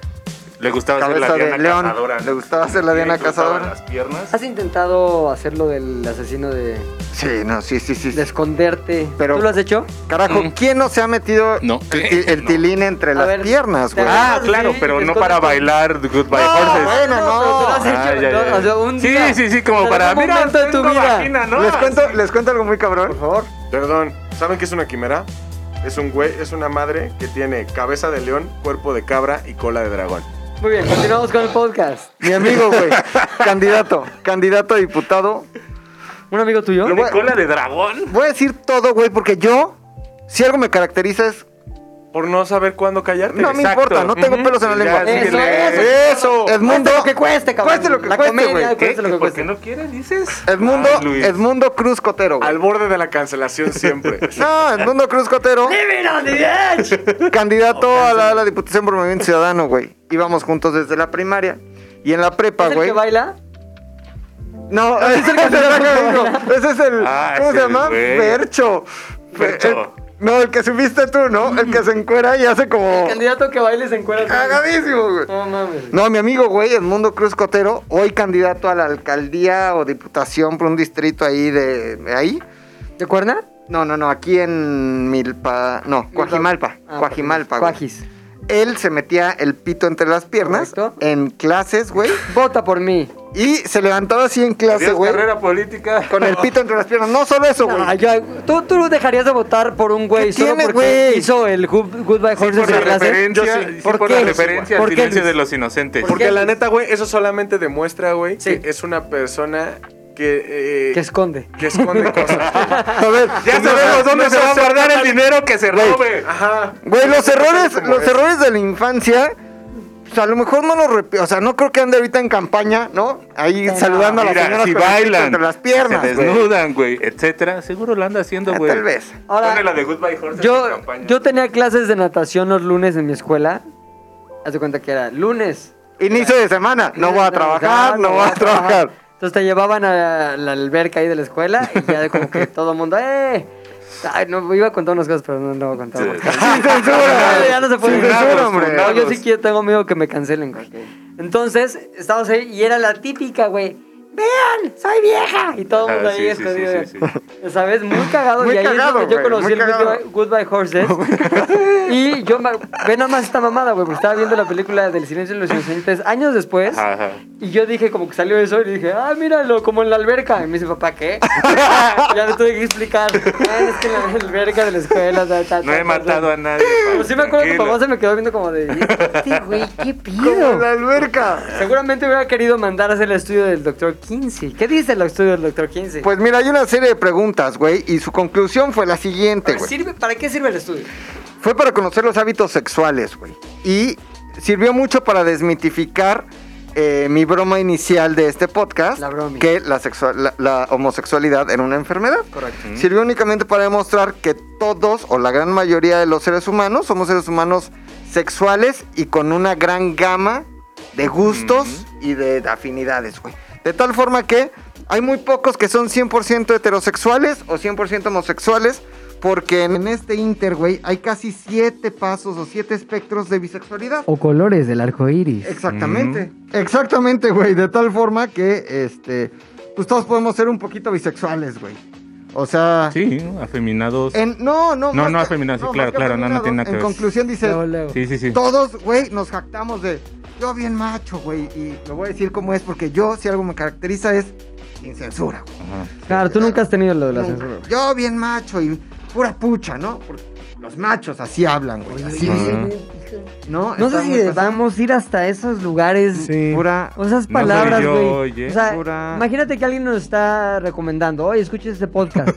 Le gustaba hacer la
Cabeza de
Diana
león.
Cazadora.
Le gustaba hacer la
Le
Diana
cruzaban
Cazadora.
las piernas.
¿Has intentado hacer lo del asesino de,
Sí, no, sí, sí, sí.
de esconderte?
Pero-
¿Tú lo has hecho?
Carajo,
Mm.
¿quién no se ha metido
No. eh,
el, ti- el
No.
tilín entre
A
las
ver,
piernas,
te
güey?
agarras,
Ah, claro,
güey,
pero
te
no para
escondes.
bailar Goodbye
No,
Ah,
Horses.
bueno,
pero
no.
tú lo has hecho,
Ah, ya, ya,
¿no?
ya.
O sea, un
sí,
día.
sí, sí, como
en
para.
algún
Mira,
momento de tu
tengo
vida.
vagina, ¿no?
les, cuento,
Así.
les cuento algo muy cabrón.
favor.
Perdón, ¿saben qué es una quimera? Es un güey, es una madre que tiene cabeza de león, cuerpo de cabra y cola de dragón.
Muy bien, continuamos con el podcast.
Mi amigo, güey. candidato, candidato a diputado.
¿Un amigo tuyo?
¿Tiene cola de dragón?
Voy a decir todo, güey, porque yo, si algo me caracteriza es.
Por no saber cuándo callarte.
No me importa, no tengo
Ujú.
pelos en la
Ya,
lengua.
sí,
Eso,
le-
Eso, Edmundo.
Cueste lo que cueste, cabrón.
Cueste lo que
la
cueste,
comedia,
güey.
¿Qué?
cueste lo que
¿Por
cueste.
qué no quieres, dices?
Edmundo,
Ay, Luis.
Edmundo Cruz Cotero, güey.
Al borde de la cancelación siempre.
No, Edmundo Cruz Cotero,
Living on the edge.
candidato a la, a la Diputación por Movimiento Ciudadano, güey. Íbamos juntos desde la primaria. Y en la prepa,
¿Es el
güey.
que baila?
No, ese es el candidato que digo. Ese es el.
Ah,
¿Cómo se
ese
llama?
güey.
Percho.
Fercho.
no, el que subiste tú, ¿no? El que se encuera y hace como.
El candidato que baile se encuentra.
Cagadísimo, güey.
No mames.
No, mi amigo, güey, Edmundo Cruz Cotero, hoy candidato a la alcaldía o diputación por un distrito ahí de. de ahí.
¿De cuerna?
No, no, no, aquí en Milpa. No, Coajimalpa.
Ah,
Coajimalpa, güey.
Cuajis.
Él se metía el pito entre las piernas
Correcto.
en clases, güey.
Vota por mí.
Y se levantaba así en clase,
Adiós,
güey.
carrera política.
Con el pito entre las piernas. No solo eso, güey.
Ah, ya, ¿tú, tú dejarías de votar por un güey
¿Qué
solo
tiene,
porque
güey?
hizo el Good- Goodbye
Sí,
Horses
por la
en clase.
referencia,
Yo sí,
sí,
sí,
por,
¿por
la
qué?
referencia
¿Por
al
qué,
silencio
Luis?
de los inocentes.
¿Por
Porque
qué?
la neta, güey, eso solamente demuestra, güey,
Sí.
que es una persona que... eh,
Que esconde.
que esconde cosas.
A ver,
Ya
no,
sabemos
no,
dónde
no
se
son
va a guardar el dinero que se
Güey.
robe.
Ajá.
Güey, los errores, los errores de la infancia, pues a lo mejor no los rep- O sea, no creo que ande ahorita en campaña, ¿no? Ahí saludando a las
Mira,
señoras
si
con el pito
bailan,
entre las
se
piernas, güey.
desnudan, güey, etcétera. Seguro lo anda haciendo,
Ah,
güey.
Tal vez.
Ponle la
Ahora,
de Goodbye Horses en
yo,
campaña.
yo tenía clases de natación los lunes en mi escuela. Haz de cuenta que era lunes.
Inicio de semana, no voy a trabajar, no voy a trabajar.
Entonces te llevaban a la alberca ahí de la escuela y ya como que todo el mundo, ¡eh! Ay, no, iba a contar unas cosas, pero no, no voy a contar. porque-
Sin censura.
Ya no se puede.
Sin censura, hombre.
No, yo sí que tengo miedo que me cancelen, güey. Entonces, estábamos ahí y era la típica, güey. ¡Vean! ¡Soy vieja! Y todo el mundo
Ah, sí,
ahí
sí,
escondido.
sí, sí,
¿Sabes? Muy cagado.
Muy
y ahí
cagado,
es donde yo
güey, muy
conocí el
cagado.
video Goodbye Horses.
Oh
y yo, me- ve nada más esta mamada, güey, porque estaba viendo la película del Silencio de los Inocentes años después.
Ajá, ajá.
Y yo dije, como que salió eso, y le dije, ah, míralo, como en la alberca. Y me dice, papá, ¿qué? ya le tuve que explicar. "Ah, Es que en la alberca de la escuela. ta, ta,
No
ta,
he
ta,
matado
ta".
a nadie.
Pues sí me acuerdo que
tranquilo.
papá se me quedó viendo como de... Este güey, ¿qué
Como
pido?
la alberca.
Seguramente hubiera querido mandar a hacer el estudio del doctor Kinsey. ¿Qué dice el estudio del doctor Kinsey?
Pues mira, hay una serie de preguntas, güey, y su conclusión fue la siguiente, güey.
¿Sirve, ¿Para qué sirve el estudio?
Fue para conocer los hábitos sexuales, güey. Y sirvió mucho para desmitificar eh, mi broma inicial de este podcast,
La bromi.
que la, sexua- la- la homosexualidad era una enfermedad.
Correcto.
Sirvió únicamente para demostrar que todos o la gran mayoría de los seres humanos somos seres humanos sexuales y con una gran gama de gustos y de afinidades, güey. De tal forma que hay muy pocos que son 100% heterosexuales o 100% homosexuales, porque en este inter, güey, hay casi siete pasos o siete espectros de bisexualidad.
O colores del arco iris.
Exactamente, exactamente, güey. De tal forma que, este, pues todos podemos ser un poquito bisexuales, güey. O sea,
Sí,
Eh,
afeminados.
en- no, no,
No,
más
no,
que-
afeminado, sí,
más
claro,
que
claro, no, no tiene nada que
En
ver.
conclusión dice,
Sí, sí, sí.
todos, güey, nos jactamos de, yo bien macho, güey, y lo voy a decir como es, porque yo, si algo me caracteriza, es sin censura, güey.
Ajá.
Claro, tú nunca has tenido lo de la
Nunca.
censura. güey.
Yo bien macho y pura pucha, ¿no? Porque los machos así hablan, güey. así.
oye,
bien.
Cool.
No,
No
está
sé si
muy pasado.
debamos ir hasta esos lugares.
Sí.
Pura-
O esas
No
palabras,
soy yo,
güey.
oye.
o sea,
Pura-
imagínate que alguien nos está recomendando. Oye, escucha este podcast.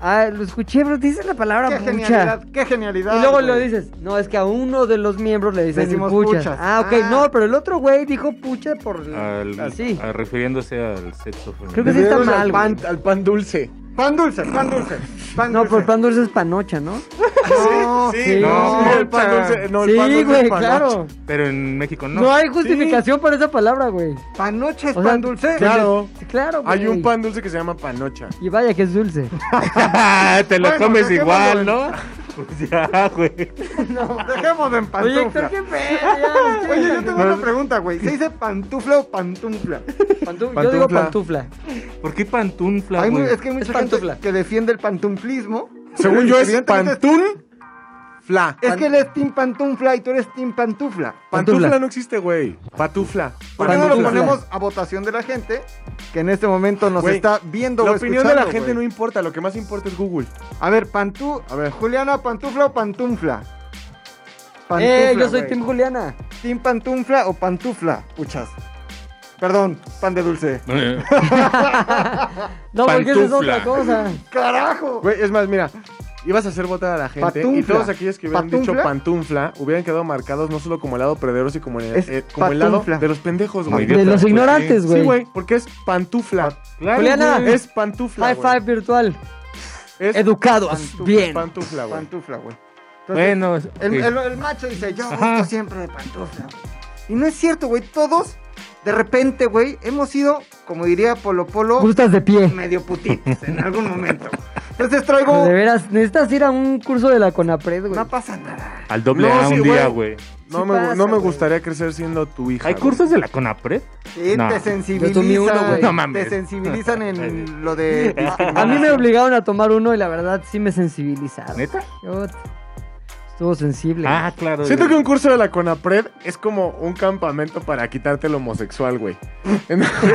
ah, lo escuché, pero te dices la palabra
Qué
pucha.
genialidad, qué genialidad.
Y luego
güey.
lo dices, no, es que a uno de los miembros le dicen
Decimos
puchas.
puchas.
Ah, ok,
Ah.
no, pero el otro güey dijo pucha por
Al-
así.
a- refiriéndose al sexo femenino.
Creo que sí está
Debemos
mal,
al
güey.
pan, al pan dulce.
Pan dulce, pan dulce. Pan
No,
dulce.
pero el pan dulce es panocha, ¿no?
No,
Sí,
sí,
no,
sí.
el pan dulce. No, el pan
sí,
dulce
güey,
es pan dulce.
claro.
Pero en México no.
No, hay justificación para esa palabra, güey.
Panoche es
O sea,
pan dulce.
Claro.
Sí, Claro, güey.
Hay un pan dulce que se llama panocha.
Y vaya que es dulce.
Te lo
Bueno,
comes
dejémoslo
igual,
en-
¿no? Pues ya, güey.
Dejemos de en
Oye,
pantufla.
Héctor, qué pedo. ya, sí.
Oye, yo tengo una pregunta, güey. ¿Se dice pantufla o pantufla?
Pantu- Yo digo
Pantufla.
pantufla.
¿Por qué pantufla,
Hay mu-
güey?
es que hay mucha gente
pantufla.
que defiende el pantumplismo.
Según yo es
Evidentemente es-
pantún fla.
Es que él es team pantufla y tú eres team pantufla.
Pantufla no existe, güey. Patufla.
¿Por qué no lo
Pantufla.
ponemos a votación de la gente que en este momento nos
Güey,
está viendo
La
o
opinión de la
escuchando,
gente no
güey?
importa, lo que más importa es Google.
A ver, pantú... A ver, Juliana, pantufla o pantufla?
Eh, yo soy
güey.
Tim Juliana.
¿Team pantufla o pantufla? Puchas. Perdón, pan de dulce.
eh,
No, porque esa es
Pantufla.
otra cosa.
¡Carajo!
Güey, es más, mira, ibas a hacer votar a la gente y
Patunfla.
todos aquellos que hubieran
Patunfla.
dicho pantunfla hubieran quedado marcados no solo como el lado perdedor, sino como el,
Es
eh, como el lado
patunfla.
de los pendejos, güey.
De los
Pues sí.
ignorantes,
Sí,
güey.
güey, porque es pantufla. Claro,
Juliana.
güey, es pantufla.
High
güey.
five virtual.
Es
Educados.
pantufla,
Bien.
Pantufla, güey.
Pantufla, güey. Entonces,
Bueno,
El,
ok.
el- el macho dice, yo
Ajá.
gusto siempre de pantufla. Y no es cierto, güey. Todos, de repente, güey, hemos sido, como diría Polo Polo,
Gustas de pie.
medio putitos en algún momento. Entonces traigo...
De veras, necesitas ir a un curso de la CONAPRED, güey.
No pasa nada.
al doble
No,
A
sí,
un
güey.
día, güey.
No,
Sí
me,
pasa,
no me
güey.
gustaría crecer siendo tu hija.
¿Hay
güey.
cursos de la CONAPRED?
Sí,
No.
Yo
te
tomé uno,
sensibilizan.
güey.
No mames.
Te sensibilizan en lo de.
A mí me obligaron a tomar uno y la verdad sí me sensibilizaron.
¿Neta?
Yo- Estuvo sensible.
Ah, claro.
Siento
güey.
que un curso de la CONAPRED es como un campamento para quitarte lo homosexual, güey. En,
Sí, de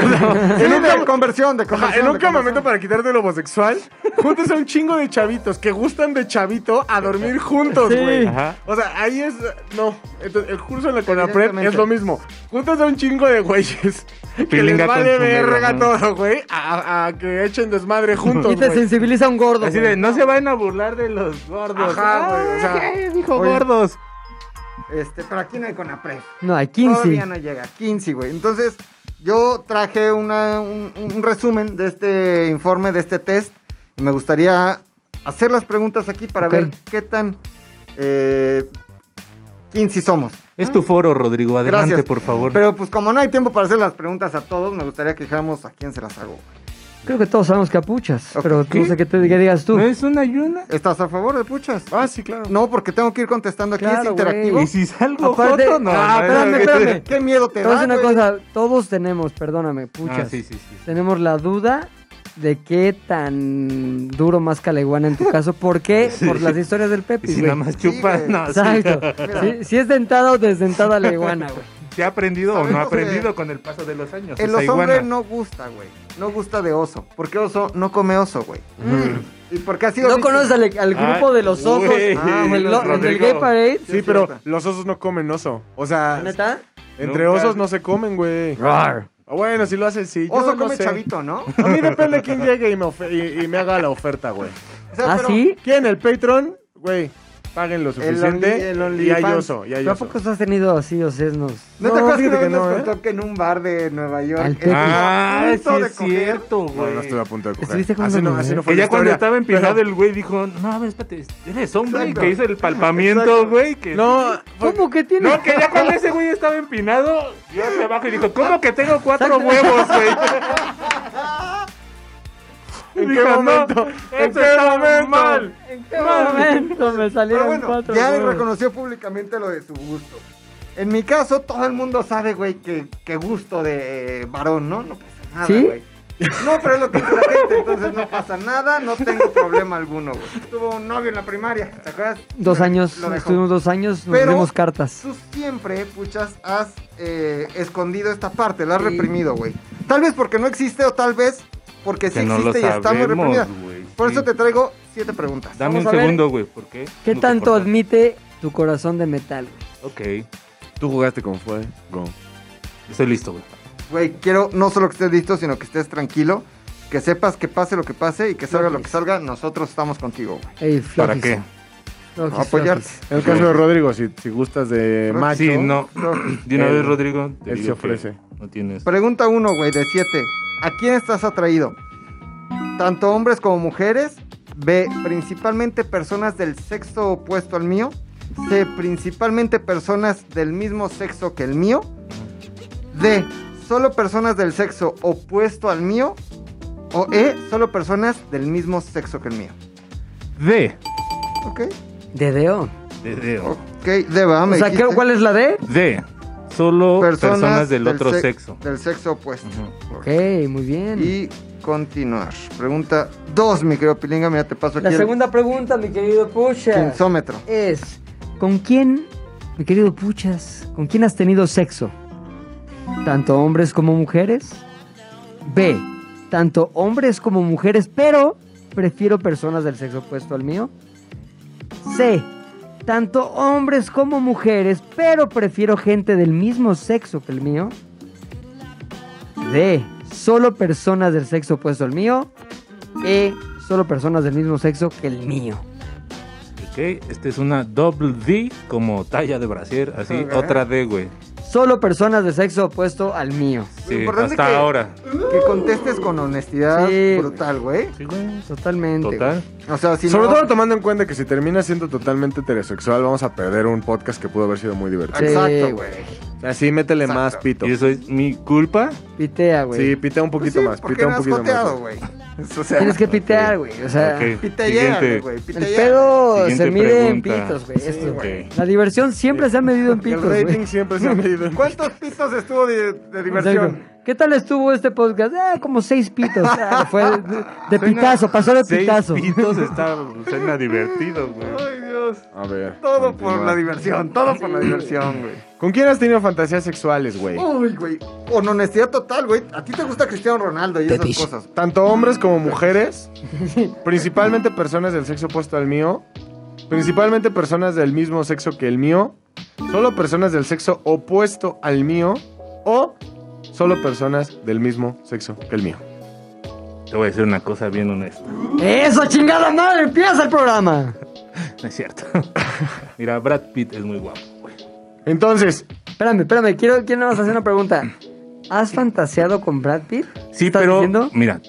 conversión, de
Ajá,
conversión.
en un
de
campamento
conversión.
para quitarte lo homosexual, juntas a un chingo de chavitos que gustan de chavito a dormir juntos,
Sí.
güey.
Ajá.
O sea, ahí es. No. Entonces, el curso en la CONAPRED es
Evidentemente.
lo mismo. Juntas a un chingo de güeyes que les
Pilinga
vale
consumida,
verga
¿no?
todo, güey, a, a que echen desmadre juntos,
y te
güey.
sensibiliza un gordo.
Así
güey.
de, no se vayan a burlar de los gordos.
Ajá, güey, o sea,
Ay, dijo
oye.
gordos.
Este, pero aquí no hay Conapred.
No, hay 15.
Todavía no llega. 15, güey. Entonces, yo traje una, un, un resumen de este informe, de este test. Y me gustaría hacer las preguntas aquí para
Ok.
ver qué tan. Eh, 15 somos.
Es tu foro, Rodrigo. Adelante,
Gracias.
por favor.
Pero pues como no hay tiempo para hacer las preguntas a todos, me gustaría que dijéramos a quién se las hago.
Creo que todos sabemos capuchas,
Ok.
pero no sé qué te qué digas tú.
¿No es una ayuna?
¿Estás a favor de puchas?
Ah, sí, claro.
No, porque tengo que ir contestando aquí,
Claro,
es interactivo.
güey.
¿Y si salgo
Aparte-
joto? No,
Ah,
no,
espérame,
no,
espérame.
¿Qué miedo te
Te voy a
da?
decir una
güey?
cosa, todos tenemos, perdóname, puchas.
Ah, sí, sí, sí.
Tenemos la duda de qué tan duro más caleguana en tu caso. ¿Por qué? Por las historias del
Y
Pepe,
si nada más chupas,
güey.
no. sí.
Exacto. Si, si es dentada o desdentada la iguana, güey.
¿Se ha aprendido o no ha
Sabemos que-
aprendido con el paso de los años?
En
esa
los hombres
iguana?
no gusta, güey. No gusta de oso. Porque oso no come oso, güey.
Mm.
¿Y porque ha sido
No
víctima?
conoces al, al grupo
Ay,
de los ojos
güey.
ah, en, el, lo- en el
Rodrigo.
Gay Parade.
Sí,
es
pero
cierto.
los osos no comen oso. O sea,
¿Neta?
entre
Nunca.
osos no se comen, güey. Ah, Bueno, si lo hacen, sí. Yo
Oso
no
come
sé.
chavito, ¿no?
A mí depende de quién llegue y me, ofe- y- y me haga la oferta, güey.
O
¿Ah, sí?
¿Quién? ¿El Patreon? Güey, paguen lo suficiente.
el Only-
y hay
fans.
oso, y hay
¿Tú a
oso.
poco has tenido así osesnos?
¿No,
No,
te acuerdas que una
fíjate que
vez nos
no, ¿eh?
contó que en un bar de Nueva York...
Al
estuvo a
Ah, sí
punto de
es
coger?
cierto,
No,
güey.
no estuve a punto de
¿Estuviste
coger.
con
Así no,
Doña
así no
María?
fue
Que
la
ya cuando
historia.
estaba empinado
Pero-
el güey dijo, no, a ver, espérate, eres hombre. Y
Exacto.
que hizo el palpamiento,
Exacto.
güey. Que...
No, fue-
¿Cómo que tiene?
No, que ya cuando ese güey estaba empinado, yo me bajo y dijo, ¿cómo que tengo cuatro huevos, güey?
¿en
Dijo,
qué
"No,
momento? ¿En
esto
qué
está
momento?
mal".
¿En qué momento me
Pero
salieron
bueno,
cuatro?
ya él
huevos?
reconoció públicamente lo de su gusto. En mi caso, todo el mundo sabe, güey, que, que gusto de eh, varón, ¿no? No pasa nada,
¿Sí?
güey. No, pero es lo que dice la gente, entonces no pasa nada, no tengo problema alguno, güey. Tuvo un novio en la primaria, ¿te acuerdas?
Dos años,
Lo dejó.
estuvimos dos años, nos
Pero-
dimos cartas.
Tú siempre, puchas, has eh, escondido esta parte, la has reprimido, güey. Tal vez porque no existe o tal vez porque sí
Que no lo
existe y está muy
sabemos,
reprimida.
güey,
Por
sí.
eso te traigo siete preguntas.
Dame
Vamos
un
a ver.
segundo, güey, ¿por qué?
¿Qué
No te
tanto
cortas.
admite tu corazón de metal? güey?
Ok. Tú jugaste con fue. Go. Estoy listo, güey.
Güey, quiero no solo que estés listo, sino que estés tranquilo. Que sepas que pase lo que pase y que salga lo que salga, nosotros estamos contigo, güey.
Ey,
¿Para
flojis.
qué?
Flojis,
Apoyarte.
flojis.
En el caso de Rodrigo, si, si gustas de macho.
¿Ah,
Sí, no.
pues.
De una
él-
vez, Rodrigo. te
él se
digo que
ofrece.
No tienes.
Pregunta uno, güey, de siete. ¿A quién estás atraído? Tanto hombres como mujeres. B. Principalmente personas del sexo opuesto al mío. C. Principalmente personas del mismo sexo que el mío. D. Solo personas del sexo opuesto al mío. O E. Solo personas del mismo sexo que el mío.
D.
Ok.
Dedeo.
De dedo.
Ok, D, va,
O
me
sea, ¿qué-
dijiste.
¿cuál es la D?
D. Solo personas, del, otro
sex-
sexo.
Del sexo opuesto.
Ok, muy bien.
Y continuar. Pregunta 2, mi querido Pilinga. Mira, te paso aquí
La
el
segunda pregunta, mi querido Puchas,
quinzómetro.
es, ¿con quién, mi querido Puchas, con quién has tenido sexo? ¿Tanto hombres como mujeres? B, tanto hombres como mujeres, pero prefiero personas del sexo opuesto al mío. C, tanto hombres como mujeres, pero prefiero gente del mismo sexo que el mío. D, solo personas del sexo opuesto al mío. E, solo personas del mismo sexo que el mío.
Ok. Esta es una double D como talla de brasier. Así, otra D, güey.
Solo personas de sexo opuesto al mío.
Sí,
importante
hasta
que-
ahora.
Que contestes con honestidad
Sí,
brutal, güey.
Sí, güey.
Totalmente.
Total.
O sea, si
Sobre
no...
todo tomando en cuenta que si termina siendo totalmente heterosexual, vamos a perder un podcast que pudo haber sido muy divertido.
Sí,
Exacto,
güey.
güey.
Así métele más pito.
¿Y eso es mi culpa?
Pitea, güey.
Sí, pita un poquito
Sí,
más,
porque
pita un
no has
poquito
joteado,
más.
güey.
O sea,
Tienes que pitear, güey. O sea,
Ok.
Pita
Siguiente.
y llégale, güey. Pita
el
y
pedo
Siguiente
se mide en
pregunta.
pitos, güey. Esto,
Sí,
güey.
güey.
La diversión siempre se ha medido en pitos,
el
güey.
rating siempre se ha medido. en-
¿Cuántos pitos estuvo de, de diversión?
Exacto. ¿Qué tal estuvo este podcast? Ah, como seis pitos. Ah, fue de, de pitazo, pasó de
Seis
pitazo.
pitos está, suena divertido, güey.
Ay, Dios.
A ver.
Todo
continúa.
por la diversión, todo por la diversión, güey.
¿Con quién has tenido fantasías sexuales, güey?
Uy, güey. Con honestidad total, güey. A ti te gusta Cristiano Ronaldo y esas cosas.
Tanto hombres como mujeres, principalmente personas del sexo opuesto al mío, principalmente personas del mismo sexo que el mío, solo personas del sexo opuesto al mío o solo personas del mismo sexo que el mío.
Te voy a decir una cosa bien honesta.
Eso, chingada madre, empieza el programa.
No es cierto. Mira, Brad Pitt es muy guapo, güey.
Entonces,
Espérame, espérame, quiero, quiero nada más hacer una pregunta. ¿Has fantaseado con Brad Pitt?
Sí,
¿Estás
pero.
diciendo?
Mira.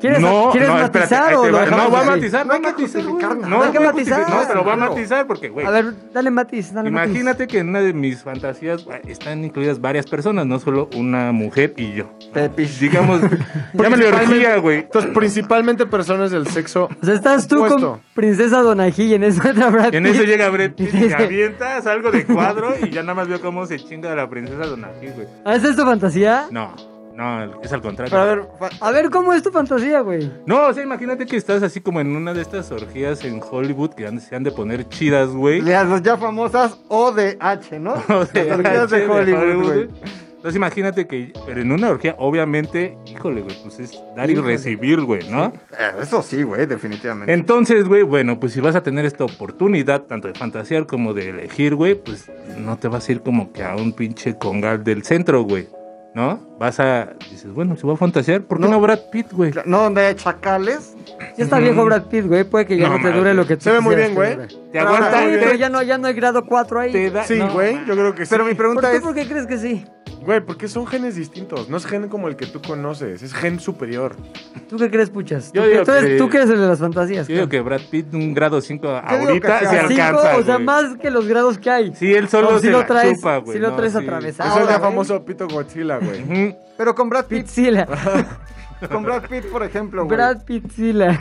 ¿Quieres,
no,
¿quieres
no, espérate,
matizar
ahí
o
te
lo
va.
dejamos
No, va a
así?
matizar,
No
va a
hay que
matizar. güey.
justificar nada.
No,
Hay que
voy a
matizar,
justificar, No, pero va a
claro.
matizar porque, güey.
A ver, dale matiz, dale matiz.
Imagínate que en una de mis fantasías güey, están incluidas varias personas, no solo una mujer y yo.
Pepis.
Digamos, llámale orgía, güey.
entonces principalmente personas del sexo
O sea, estás tú
opuesto.
con Princesa Donají y en eso entra Brad Pitt.
En eso llega Brad Pitt y
Dice-
avienta, salgo de cuadro y ya nada más veo cómo se chinga la princesa Donají, güey.
¿Ah, ¿Esa es tu fantasía?
No, no, es al contrario.
Pero a ver, fa-
A ver, ¿cómo es tu fantasía, güey?
No, o sea, imagínate que estás así como en una de estas orgías en Hollywood que han- se han de poner chidas, güey.
de las ya famosas O de H, ¿no?
O sea,
Las orgías
che,
de Hollywood, güey.
Entonces imagínate que, pero en una orgía, obviamente, híjole, güey, pues es dar y recibir, güey, ¿no?
Eh, Eso sí, güey, definitivamente.
Entonces, güey, bueno, pues si vas a tener esta oportunidad, tanto de fantasear como de elegir, güey, pues no te vas a ir como que a un pinche congal del centro, güey, ¿no? Vas a, dices, bueno, si voy a fantasear, ¿por qué no, Brad Pitt, güey?
No, donde hay chacales.
Ya está viejo Brad Pitt, güey. Puede que ya
Mm. No,
no, te dure
madre.
lo que tú
Se ve muy bien,
quisieras
güey.
que dure.
Te aguanta,
Sí,
güey.
pero ya no, ya no hay grado 4 ahí.
Te da-
Sí,
no,
güey, yo creo que sí.
Pero mi
¿Por,
pregunta
tú
es,
por qué crees que sí?
Güey, porque son genes distintos, no es gen como el que tú conoces, es gen superior.
¿Tú qué crees, puchas? ¿Tú,
Yo
qué-
digo
tú eres,
que-
tú que eres el de las fantasías.
Yo
claro.
digo que Brad Pitt un grado 5
digo
ahorita
que
se
sea
Cinco,
alcanza.
o sea,
güey.
más que los grados que hay.
Sí, él solo
No, sí
se
lo
la
traes-
chupa, güey.
sí lo
no, Pues
traes atravesado.
Eso es
Ahora,
el
güey.
famoso pito Godzilla, güey.
Ujú.
pero con Brad Pitt,
Pitzila.
Ah,
con Brad Pitt, por ejemplo, güey,
Brad Pitzila.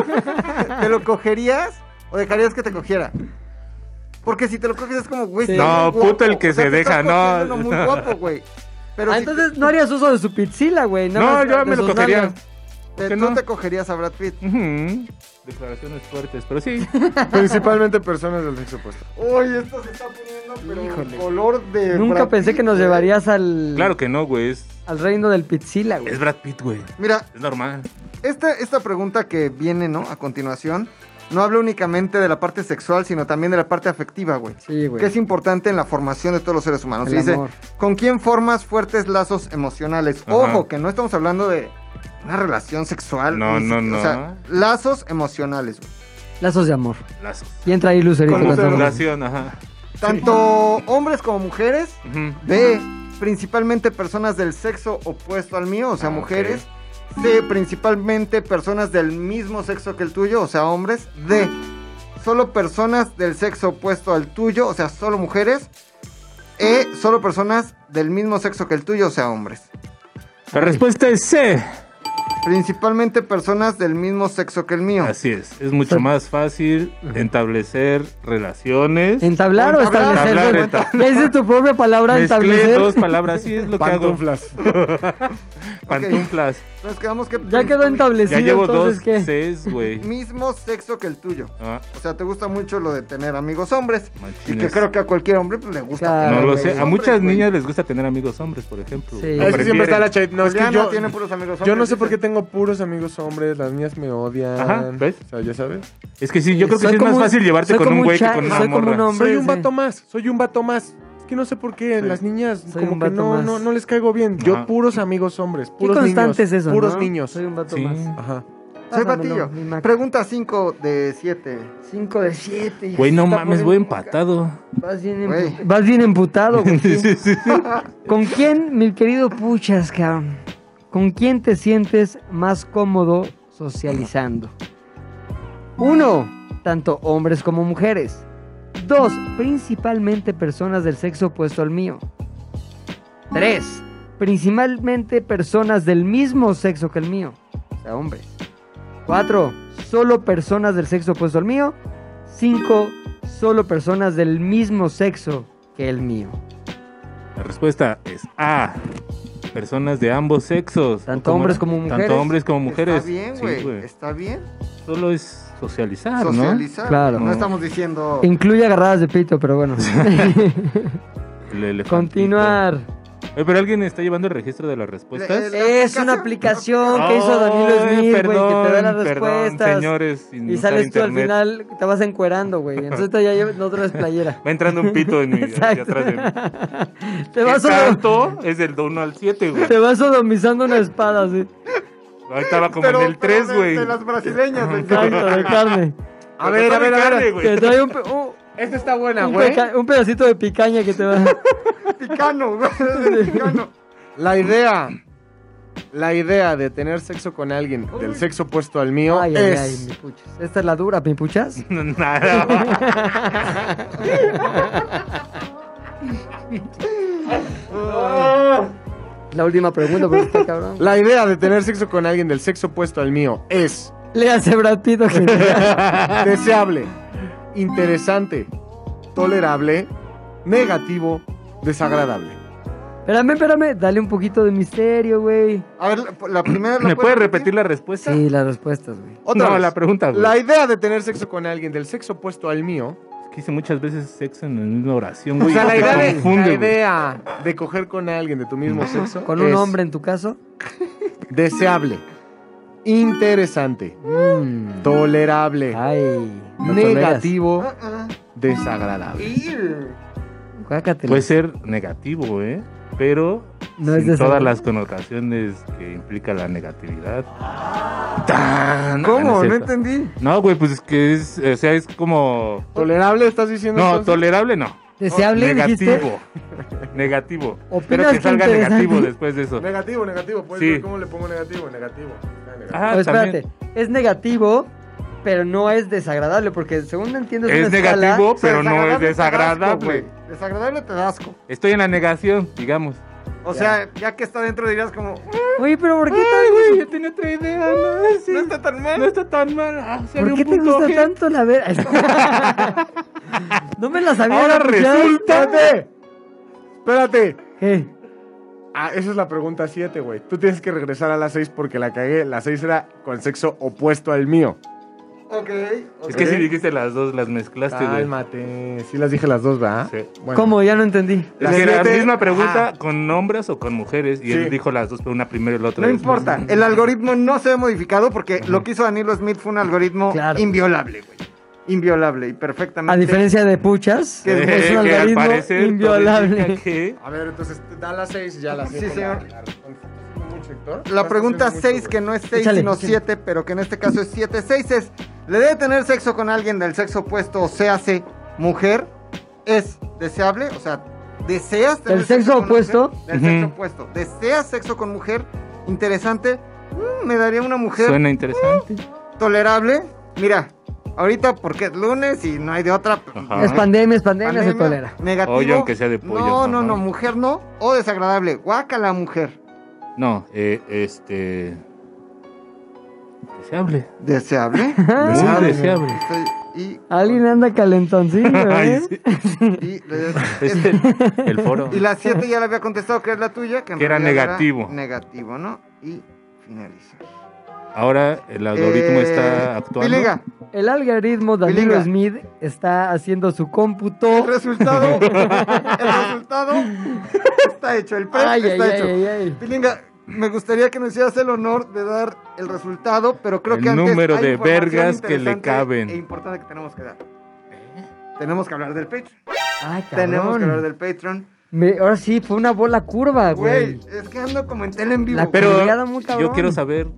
¿te lo cogerías o dejarías que te cogiera? Porque si te lo coges es como, güey,
Sí.
está
No,
muy guapo.
puto el que
O sea,
se
te
deja,
estás
no.
cogiendo uno muy guapo, güey. Pero
Ah,
si
entonces no harías uso de su pizzila, güey. nada
No,
más
yo
de
me lo
sus
cogería.
nalgas.
te-
que
tú
no.
te cogerías a Brad Pitt.
Ujú. Declaraciones fuertes, pero sí.
Principalmente personas del sexo opuesto.
Uy, esto se está poniendo, pero
Híjole.
color de
Nunca
Brad
pensé
Pitt,
que nos
güey.
llevarías al,
Claro que no, güey. Es,
al reino del pizzila, güey.
es Brad Pitt, güey.
Mira,
Es normal.
Esta, esta pregunta que viene, ¿no? A continuación, no habla únicamente de la parte sexual, sino también de la parte afectiva, güey.
Sí, güey.
Que es importante en la formación de todos los seres humanos.
El
Y dice,
amor.
¿con quién formas fuertes lazos emocionales?
Ajá.
Ojo, que no estamos hablando de una relación sexual.
No,
ni
no,
siquiera- O sea, lazos emocionales, güey.
Lazos de amor.
Lazos.
Y entra ahí Lucerito.
Con
cantando.
relación, ajá.
Tanto hombres como mujeres
Ujú.
B, principalmente personas del sexo opuesto al mío, o sea,
Ah, ok.
mujeres. C, principalmente personas del mismo sexo que el tuyo, o sea, hombres. D, solo personas del sexo opuesto al tuyo, o sea, solo mujeres. E, solo personas del mismo sexo que el tuyo, o sea, hombres.
La respuesta es C.
Principalmente personas del mismo sexo que el mío.
Así es. Es mucho más fácil establecer relaciones.
Entablar o
Entablar,
establecer.
entablar,
güey?
entablar.
Ya hice tu propia palabra
Mezclé
establecer.
dos palabras, sí es lo que hago.
Pantuflas.
Pantuflas.
Entonces quedamos que...
Ya quedó establecido.
Ya llevo dos
entonces, ¿qué?
Cs, güey.
Mismo sexo que el tuyo.
Ah,
O sea, te gusta mucho lo de tener amigos hombres. Y que
machines.
creo que a cualquier hombre pues, le gusta.
Claro,
No
tener
lo
amigos
sé. A
hombres,
muchas
güey. Ah,
niñas les gusta tener amigos hombres, por ejemplo.
Ah, Sí.
Lo
Es que siempre
prefieren.
está la chat. No, es que
Juliana
yo,
Pues tiene puros amigos
yo no
hombres,
sé por qué
dice.
tengo puros amigos hombres. Las niñas me odian.
Ajá, ¿ves?
O sea, ya sabes.
Es que sí, yo creo que
Soy
sí es
como
más
un-
fácil llevarte
soy
con
como
un
un
güey que
cha-
con una
soy como un
morra.
hombre. Hombre,
soy un
sí.
vato más. Soy un vato más. Es que no sé por qué en
Sí.
las niñas
Soy un
como que
vato
no,
más.
no, no les caigo bien. Yo
Ajá.
puros amigos hombres.
Qué
Puros
constante
niños.
es eso,
puros
¿no?
niños.
Soy un vato
Sí.
más.
Ajá.
Soy
Pásamelo,
Batillo.
mi Mac.
Pregunta 5 de 7.
5 de 7.
Güey, no mames, voy empatado.
Vas bien,
Güey.
empu- vas bien emputado. güey.
Sí, sí, sí.
¿Con quién, mi querido Puchas, cabrón? ¿Con quién te sientes más cómodo socializando? Uno, tanto hombres como mujeres. Dos, principalmente personas del sexo opuesto al mío. Tres, principalmente personas del mismo sexo que el mío, o sea, hombres. Cuatro, solo personas del sexo opuesto al mío. Cinco, solo personas del mismo sexo que el mío.
La respuesta es A. Personas de ambos sexos.
Tanto
O como-
hombres como mujeres.
Tanto hombres como mujeres.
Está bien,
Sí,
güey. Está bien.
Solo es socializar,
Socializar.
Ah, Claro.
No
No.
estamos diciendo.
Incluye agarradas de pito, pero bueno.
¿no? El elefantito.
Continuar.
Oye, pero alguien está llevando el registro de las
Le-
respuestas.
el-
Es una aplicación que hizo Danilo
Ay,
Smith, güey, que
perdón,
te da las
perdón,
respuestas.
señores, sin
y
usar
sales tú al
internet.
final, te vas encuerando, güey. Entonces te ya llevas, no traes playera.
Va entrando un pito en mi, hacia
Exacto.
atrás de mí.
Te vas,
El
odom-
canto es del 1 al 7, güey.
te vas sodomizando una espada, sí.
Ahí estaba como
Pero-
en el
pero
3,
de-
güey.
De las brasileñas, güey.
Exacto, de carne.
A ver, a ver, a ver.
Te trae un, pe- un-
Esta está buena,
un
güey.
peca- un pedacito de picaña que te va.
Picano, güey. de Picano.
La idea. La idea de tener sexo con alguien del sexo opuesto al mío
Ay, ay,
es.
ay, mi puchas. Esta es la dura, mi puchas.
Nada.
La última pregunta, porque está cabrón.
La idea de tener sexo con alguien del sexo opuesto al mío es
Le hace Brad Pitt, ok.
deseable, interesante, tolerable, negativo, desagradable.
Espérame, espérame. Dale un poquito de misterio, güey.
A ver, la, la primera. ¿la
¿Me puedes
puedes
repetir la respuesta?
Sí, las respuestas, güey.
Otra
no,
vez.
la pregunta, güey.
La idea de tener sexo con alguien del sexo opuesto al mío.
Es que hice muchas veces sexo en la misma oración,
O
güey.
sea, la
y te
idea, de,
confunde,
la
güey.
idea de coger con alguien de tu mismo sexo.
Con un
es
hombre en tu caso.
Deseable, interesante, tolerable,
Mm. Ay. no
negativo,
Ah, ah.
desagradable.
Y-
toleras. Guácatela.
Puede ser negativo, ¿eh? Pero
No es
Pues, sin
de
todas
saber.
las connotaciones que implica la negatividad. ¡Tan!
¿Cómo?
es
No
cierto.
entendí.
No, güey, pues es que es, o sea, es como...
¿Tolerable estás diciendo?
No,
entonces?
tolerable no.
Deseable, dijiste.
Oh, negativo. negativo. Pero
Opinas
que
que
salga
interesante.
negativo después de eso.
Negativo, negativo. Puedes
Sí.
ver cómo le pongo negativo, negativo. Ah, negativo.
Ah,
No, espérate.
también.
Es negativo, pero no es desagradable, porque según entiendo es,
Es
una escala-
negativo,
O sea,
pero no es
desagradable te da asco,
desagradable.
güey. Desagradable te da asco.
Estoy en la negación, digamos.
O sea, ya que está dentro dirías como.
Oye, pero ¿por qué tan-
yo tenía otra idea. No, está tan mal. No está tan mal. Ah,
¿Por qué te gusta
¿eh?
¿eh?
tanto la ver? no me la sabía.
Ahora
la
pues
puchas.
resulta.
Espérate. Espérate.
¿Qué?
Ah, esa es la pregunta 7, güey. Tú tienes que regresar a la 6 porque la cagué. La 6 era con sexo opuesto al mío.
Ok.
Es
ok.
que si dijiste las dos, las mezclaste, güey.
Cálmate. Sí las dije las dos, ¿verdad?
Sí.
Bueno.
¿Cómo? Ya no entendí.
Es
La
que era la
siete-
misma pregunta
Ajá.
con hombres o con mujeres. Y
Sí.
él dijo las dos, pero una primero y la otra
No
después.
importa, el algoritmo no se ha modificado porque lo que hizo Danilo Smith fue un algoritmo
Claro.
inviolable, güey. inviolable y perfectamente.
A diferencia de puchas,
Que
es un
que al
algoritmo
parecer
inviolable.
todo indica
A ver, entonces te da las 6 y ya las
Sí,
siete
señor.
la- la- mucho, Héctor.
La
Estás
pregunta
haciendo mucho,
6,
güey.
que no es 6
Échale,
sino
échale.
7, pero que en este caso es 7, 6 es, ¿le debe tener sexo con alguien del sexo opuesto o se hace mujer? ¿Es deseable? O sea, ¿deseas tener
¿Del sexo
con una
opuesto?
mujer? Del
Ujú.
sexo opuesto. ¿Deseas sexo con mujer? Interesante. Mm, me daría una mujer
Suena interesante.
tolerable. Mira, ahorita porque es lunes y no hay de otra.
Ajá.
Es pandemia, es pandemia,
pandemia,
se tolera.
Negativo.
Oye, aunque sea de pollo,
No, no,
ajá.
no, mujer no. O desagradable. Guácala, mujer.
No, eh, este. Deseable.
¿Deseable?
Muy deseable.
Estoy- y
Ah, Alguien anda calentoncillo,
Ay,
¿eh?
sí.
Y, eh,
Este, el foro.
y la 7 ya la había contestado, que es la tuya. Que, en
Que era
realidad
negativo.
negativo, ¿no? Y finaliza.
Ahora el algoritmo
Eh,
está actuando.
Piliga,
El algoritmo Danilo
Piliga.
Smith está haciendo su
el
cómputo.
resultado. el resultado está hecho. El pre
Ay, ay,
está hecho.
ay, ay, ay.
Pilinga, me gustaría que nos hicieras el honor de dar el resultado, pero creo
El
que antes
número
hay
de
información
vergas que le
interesante
caben.
E importante que tenemos que dar. Tenemos que hablar del Patreon.
Ay,
Tenemos que hablar
¿Eh? cabrón.
del Patreon.
Me- ahora sí, fue una bola curva,
Güey,
güey.
es que ando como en tele en vivo.
La
Pero
Obligado, muy cabrón.
yo quiero saber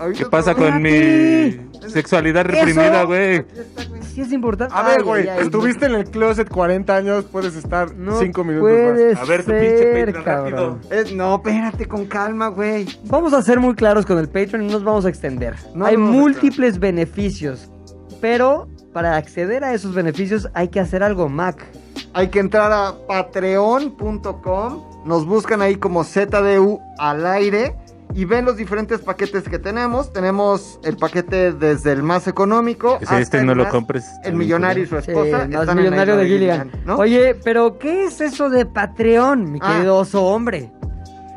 Ahorita
qué
te
pasa
voy a-
con mi sexualidad reprimida, güey.
Aquí está, güey.
Sí es importante.
A
Ay,
ver, güey,
ay, ay.
estuviste en el closet 40 años, puedes estar
No
5 minutos
puede
más.
A ver, tu pinche ser, Patreon, cabrón. rápido.
Eh, no, espérate, con calma, güey.
Vamos a ser muy claros con el Patreon y no nos vamos a extender.
No
hay
nos vamos a
múltiples beneficios, pero para acceder a esos beneficios hay que hacer algo, Mac.
Hay que entrar a patreon.com. Nos buscan ahí como ZDU al aire. Y ven los diferentes paquetes que tenemos. Tenemos el paquete desde el más económico.
Ese, este
hasta el
no lo
más-
compres.
El millonario y su
Sí,
esposa.
más
están en la
millonario
isla
de Gilligan.
¿no?
Oye, pero ¿qué es eso de Patreon, mi
Ah.
querido oso hombre?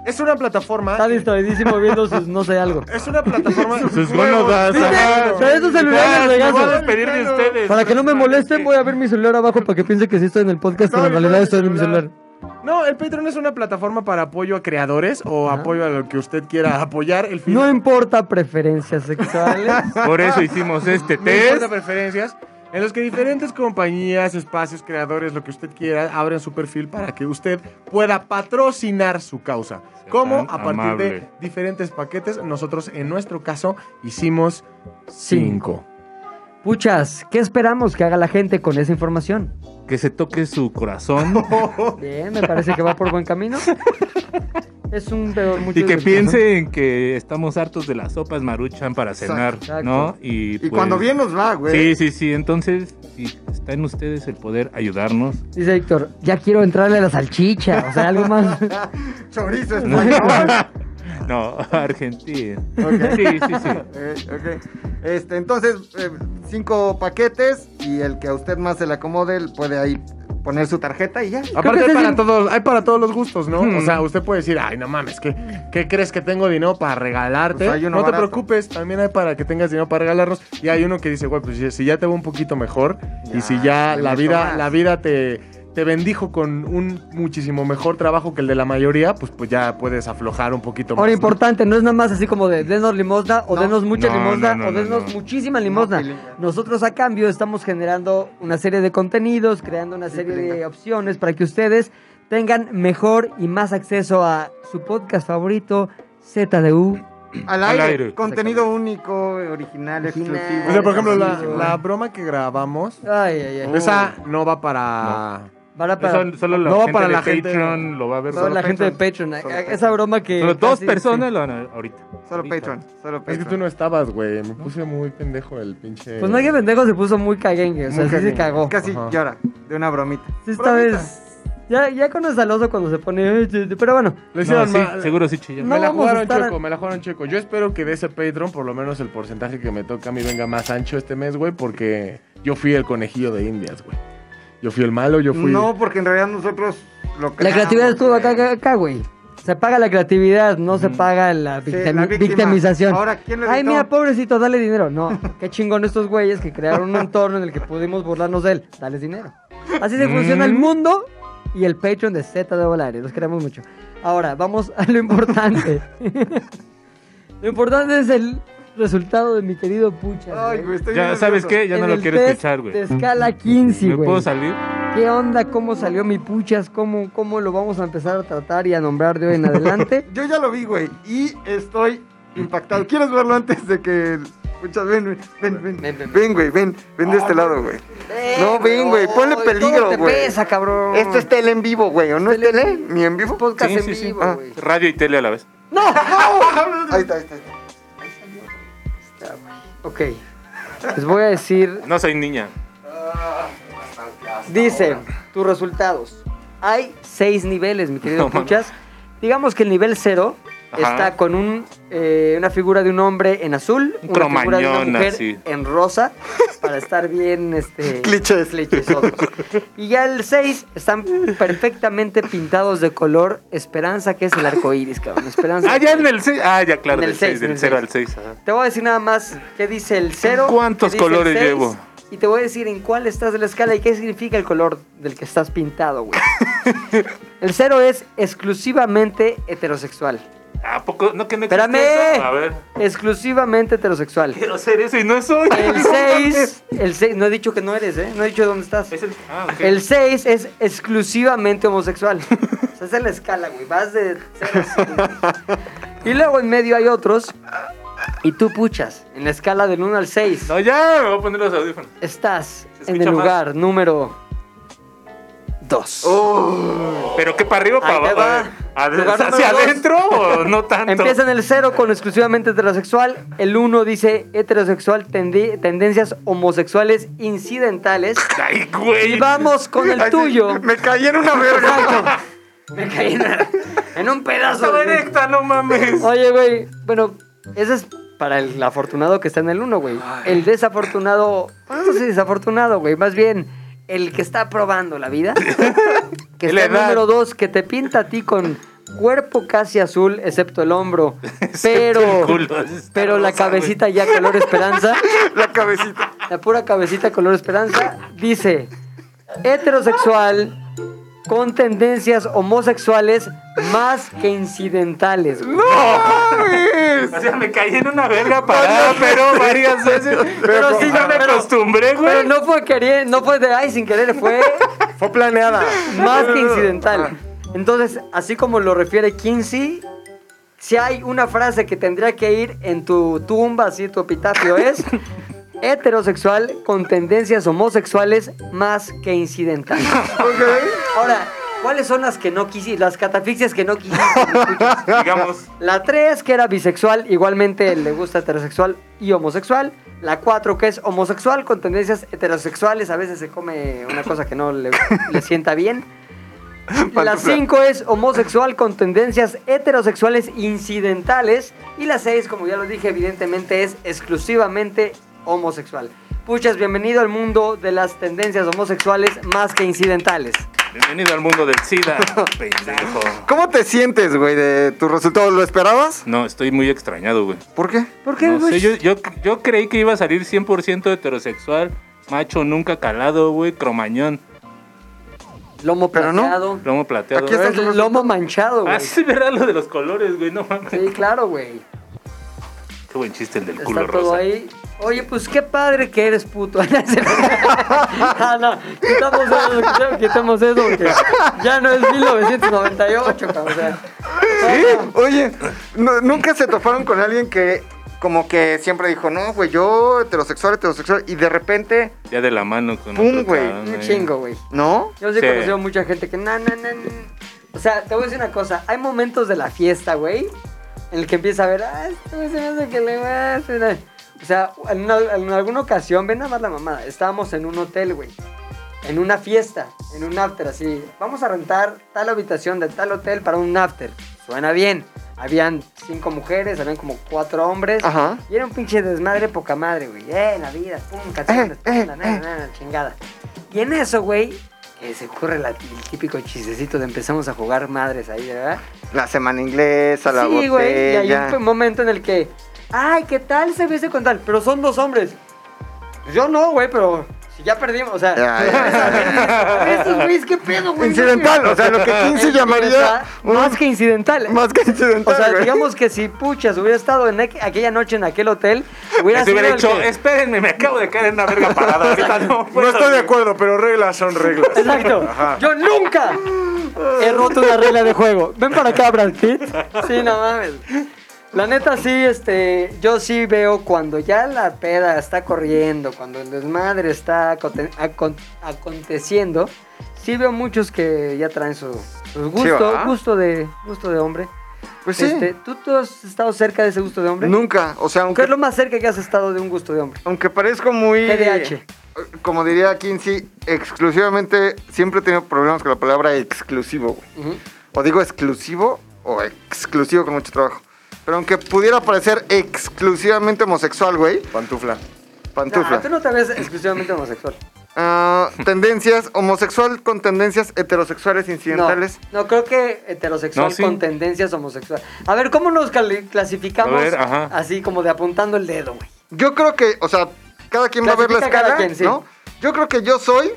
Es una plataforma.
Está distraídísimo viendo sus no sé algo.
Es una plataforma.
Sus gónadas.
Dime,
ajá.
trae tus celulares
Ah,
de
me
gato.
voy a despedir de ustedes.
Para que no me molesten, voy a ver mi celular abajo para que piense que sí estoy en el podcast, pero en realidad estoy en mi celular.
No, el Patreon es una plataforma para apoyo a creadores o apoyo a lo que usted quiera apoyar. El fin
No importa preferencias sexuales.
Por eso hicimos este
no importa
test.
preferencias. En los que diferentes compañías, espacios, creadores, lo que usted quiera, abren su perfil para que usted pueda patrocinar su causa. Como a partir de
amable.
diferentes paquetes, nosotros en nuestro caso hicimos cinco.
Puchas, ¿qué esperamos que haga la gente con esa información?
Que se toque su corazón
Bien, me parece que va por buen camino. Es un peor mucho
y que
de-
piense en que estamos hartos de las sopas maruchan para cenar,
exacto.
¿no? Y, pues,
Y cuando bien nos va, güey.
Sí, sí, sí. Entonces, si está en ustedes el poder ayudarnos.
Dice Héctor, ya quiero entrarle a la salchicha, o sea, algo más.
Chorizo español.
No, Argentina. Sí, sí, sí.
Eh, ok. Este, entonces, eh, cinco paquetes y el que a usted más se le acomode él puede ahí poner su tarjeta y ya.
Aparte
que
hay
ese
para,
sí- Hmm.
todos, hay para todos los gustos, ¿no? O sea, usted puede decir, ay, no mames, ¿qué, qué crees que tengo dinero para regalarte?
Pues hay uno
no te
barato.
preocupes, también hay para que tengas dinero para regalarnos. Y hay uno que dice, güey, pues si- si ya te va un poquito mejor y si ya
le
la
meto
vida,
más.
la vida te, te bendijo con un muchísimo mejor trabajo que el de la mayoría, pues, pues ya puedes aflojar un poquito más.
Ahora,
¿no?
importante, no es nada más así como de denos limosna o
No.
denos mucha
No,
limosna
no, no,
o denos
no, no.
muchísima limosna.
No, Pilinga.
Nosotros a cambio estamos generando una serie de contenidos, creando una serie de opciones para que ustedes tengan mejor y más acceso a su podcast favorito, ZDU.
Al
Al
aire.
aire.
Contenido único, original,
Original.
exclusivo.
O sea, por ejemplo, la,
Exclusivo.
la broma que grabamos,
Ay, ay, ay.
esa no va para...
Para, para,
Eso solo la
No,
gente
para
de
la gente-
Patreon lo va a ver.
para
Solo,
la gente de Patreon. A- a- Esa broma que.
solo dos
casi-
personas lo van a ver ahorita.
Solo
Ahorita.
Patreon. Solo
Es que
Patreon.
tú no estabas, güey. Me puse muy pendejo el pinche...
Pues no hay que pendejo, se puso muy caguengue. O sea,
Muy
sí se
caguengue.
cagó.
Casi
Ajá.
llora de una bromita.
Sí, Esta vez. Ya, ya conoces al oso cuando se pone. eh, Pero bueno,
Lo hicieron
No, sí,
mal.
seguro sí, chillón.
No
me la
vamos a
jugaron
estar-
checo, me la jugaron checo. Yo espero que de ese Patreon, por lo menos el porcentaje que me toca a mí venga más ancho este mes, güey, porque yo fui el conejillo de Indias, güey. Yo fui el malo, yo fui.
No, porque en realidad nosotros lo
la creatividad estuvo acá, acá, acá, güey. Se paga la creatividad, no se paga la, victimi- victimización.
Ahora, ¿quién le
Ay,
gritó?
mira, pobrecito, dale dinero. No, qué chingón estos güeyes que crearon un entorno en el que pudimos burlarnos de él. Dales dinero. Así se funciona el mundo y el Patreon de Z de Volario. Los queremos mucho. Ahora, vamos a lo importante. lo importante es el resultado de mi querido Pucha.
Ay, güey, estoy
Ya,
bien
¿sabes
nervioso.
qué? Ya no
En
lo
el
quiero
test
escuchar, güey.
De escala 15,
¿Me
güey.
puedo salir?
¿Qué onda? ¿Cómo salió mi Puchas? ¿Cómo, ¿Cómo lo vamos a empezar a tratar y a nombrar de hoy en adelante?
Yo ya lo vi, güey, y estoy impactado. ¿Quieres verlo antes de que... Pucha, ven, güey, ven, ven, ven, ven, güey, ven, ven de este lado, güey. No, ven, güey, ponle
Ay, todo
peligro,
te
güey.
pesa, cabrón.
Este
Esto es tele en vivo, güey, ¿o no es tele? ¿Ni en vivo?
podcast
Sí,
en
sí, sí.
vivo,
Ah.
güey.
Radio y tele a la vez.
¡No!
Ahí está, ahí está. ahí está.
ok. Les voy a decir
No soy niña.
Dice, tus resultados. Hay seis niveles, mi querido
No, mami.
Puchas. Digamos que el nivel cero
Ajá.
está con un, eh, una figura de un hombre en azul,
Un
una figura de una
cromañón,
mujer
así.
en rosa, para estar bien este,
Clichés.
clichesosos. Y ya el 6 están perfectamente pintados de color esperanza, que es el arco iris, cabrón. Esperanza.
Ah, ya en el 6. Ah, ya, claro,
En el
del 6,
seis, en
del
el
0
seis.
al 6. Ajá.
Te voy a decir nada más qué dice el cero.
¿Cuántos
qué dice el
colores
seis,
llevo?
Y te voy a decir en cuál estás de la escala y qué significa el color del que estás pintado, güey. el cero es exclusivamente heterosexual.
¿A poco? ¿No que no existe
Espérame.
eso? A ver.
Exclusivamente heterosexual.
Quiero ser eso y no soy.
El 6, el 6, no he dicho que no eres, ¿eh? No he dicho dónde estás.
Es el... Ah, ok.
El 6 es exclusivamente homosexual. o sea, esa es la escala, güey. Vas de cero a cinco. Y luego en medio hay otros. Y tú puchas. En la escala del 1 al 6.
No, ya, me voy a poner los audífonos.
Estás
Se
en
escucha
el
más.
lugar número 2.
¿Pero qué? ¿Para arriba o para
Ahí te
abajo?
va.
Ade-
Lugar número
¿Hacia
dos.
adentro o no tanto?
Empieza en el 0 con exclusivamente heterosexual. El 1 dice heterosexual, tendi- tendencias homosexuales incidentales.
Ay, güey.
Y vamos con el
Ay, sí,
tuyo.
Me caí en una verga.
Me caí en, en un pedazo.
Estaba
güey.
erecta, no mames.
Oye, güey, bueno, ese es para el afortunado que está en el 1, güey. El desafortunado, bueno, no sé si desafortunado, güey, más bien el que está probando la vida. Que
La
está el
edad.
número 2, que te pinta a ti con cuerpo casi azul, excepto el hombro,
Excepto
pero
el culo, está
pero la
rosa, güey.
cabecita ya color esperanza,
La cabecita.
la pura cabecita color esperanza, dice heterosexual con tendencias homosexuales más que incidentales. güey.
O sea, me caí en una verga parada, pero varias veces. Pero sí, ya me acostumbré,
Pero
güey.
no fue querer, no fue de ay sin querer, fue
Fue planeada.
más que incidental. Entonces, así como lo refiere Kinsey, si hay una frase que tendría que ir en tu tumba, así tu epitafio es heterosexual con tendencias homosexuales más que incidental. Ahora, ¿cuáles son las que no quisiste? Las catafixias que no quisiste.
Digamos.
La 3, que era bisexual, igualmente le gusta heterosexual y homosexual. La 4, que es homosexual con tendencias heterosexuales, a veces se come una cosa que no le, le sienta bien. La 5 es homosexual con tendencias heterosexuales incidentales. Y la 6, como ya lo dije, evidentemente es exclusivamente homosexual. Puchas, bienvenido al mundo de las tendencias homosexuales más que incidentales.
Bienvenido al mundo del SIDA, pendejo.
¿Cómo te sientes, güey, de tu resultado? ¿Lo esperabas?
No, estoy muy extrañado, güey.
¿Por qué?
¿Por qué,
No
güey?
sé, yo, yo, yo creí que iba a salir 100% heterosexual, macho nunca calado, güey, cromañón,
Lomo
Pero no.
plateado.
lomo plateado.
Aquí está
Es el lomo manchado, güey.
Ah, sí, verdad lo de los colores, güey, no mames.
Sí, claro, güey.
Qué buen chiste el del culo
Está todo
rosa.
ahí. Oye, pues qué padre que eres puto. ah, no, quitamos eso, quitamos eso porque ya no es 1998, cabrón. o sea.
¿Eh? Oye, no- ¿nunca se toparon con alguien que como que siempre dijo, no, güey, yo heterosexual, heterosexual, y de repente,
Ya de la mano con
Pum,
otro
güey,
cabrón,
Un
ahí.
chingo, güey.
¿no?
Yo sí,
Sí.
he conocido mucha gente que, na, na, na, na. O sea, te voy a decir una cosa. Hay momentos de la fiesta, güey, en el que empieza a ver, ah, este güey se me hace que le va a hacer a-". O sea, en, una- en alguna ocasión, ven nada más la mamada. Estábamos en un hotel, güey. En una fiesta, en un after, así. Vamos a rentar tal habitación de tal hotel para un after. Suena bien. Habían cinco mujeres, habían como cuatro hombres.
Ajá.
Y era un pinche desmadre poca madre, güey. Eh, la vida, pum, canciones,
Eh, eh,
pum, la nana,
eh.
nana, chingada. Y en eso, güey, que se ocurre la- el típico chistecito de empezamos a jugar madres ahí, ¿verdad?
La semana inglesa, la
sí, güey, y hay
botella.
un momento en el que, ay, ¿qué tal se viste con tal? Pero son dos hombres. Yo no, güey, pero Si ya perdimos, o sea. A ver, Estos güeyes, qué pedo, güey.
Incidental, o sea, lo que 15 llamaría.
Más que incidental.
Más que
O
incidental.
sea,
güey.
digamos que si Puchas hubiera estado en aqu- aquella noche en aquel hotel, hubiera
Se
sido
hubiera
el
hecho,
que-
espérenme, me acabo de caer en una verga parada. Ahorita no.
No estoy de acuerdo, pero reglas son reglas.
Exacto.
Ajá.
Yo nunca he roto una regla de juego. Ven para acá, Brad Pitt. Sí, no mames. La neta, sí, este, yo sí veo cuando ya la peda está corriendo, cuando el desmadre está aconte- acon- aconteciendo, sí veo muchos que ya traen su, su gusto,
¿verdad?
gusto de, gusto de hombre.
Pues sí.
Este, ¿Tú, tú has estado cerca de ese gusto de hombre?
Nunca, o sea,
¿Qué
aunque,
es lo más cerca que has estado de un gusto de hombre?
aunque parezco muy.
TDAH.
Como diría Kinsey, exclusivamente siempre he tenido problemas con la palabra exclusivo. güey. O digo exclusivo o exclusivo con mucho trabajo. Pero aunque pudiera parecer exclusivamente homosexual, güey,
Pantufla.
pantufla.
Nah, Ah, tú no te ves exclusivamente homosexual.
Ah, tendencias homosexual con tendencias heterosexuales incidentales.
No, no, creo que heterosexual
No, sí.
con tendencias homosexuales. A ver, ¿cómo nos cali- clasificamos
A ver, ajá.
así como de apuntando el dedo, güey?
Yo creo que, o sea, cada quien va a ver la
Clasifica cada
escala,
quien, sí.
¿no? Yo creo que yo soy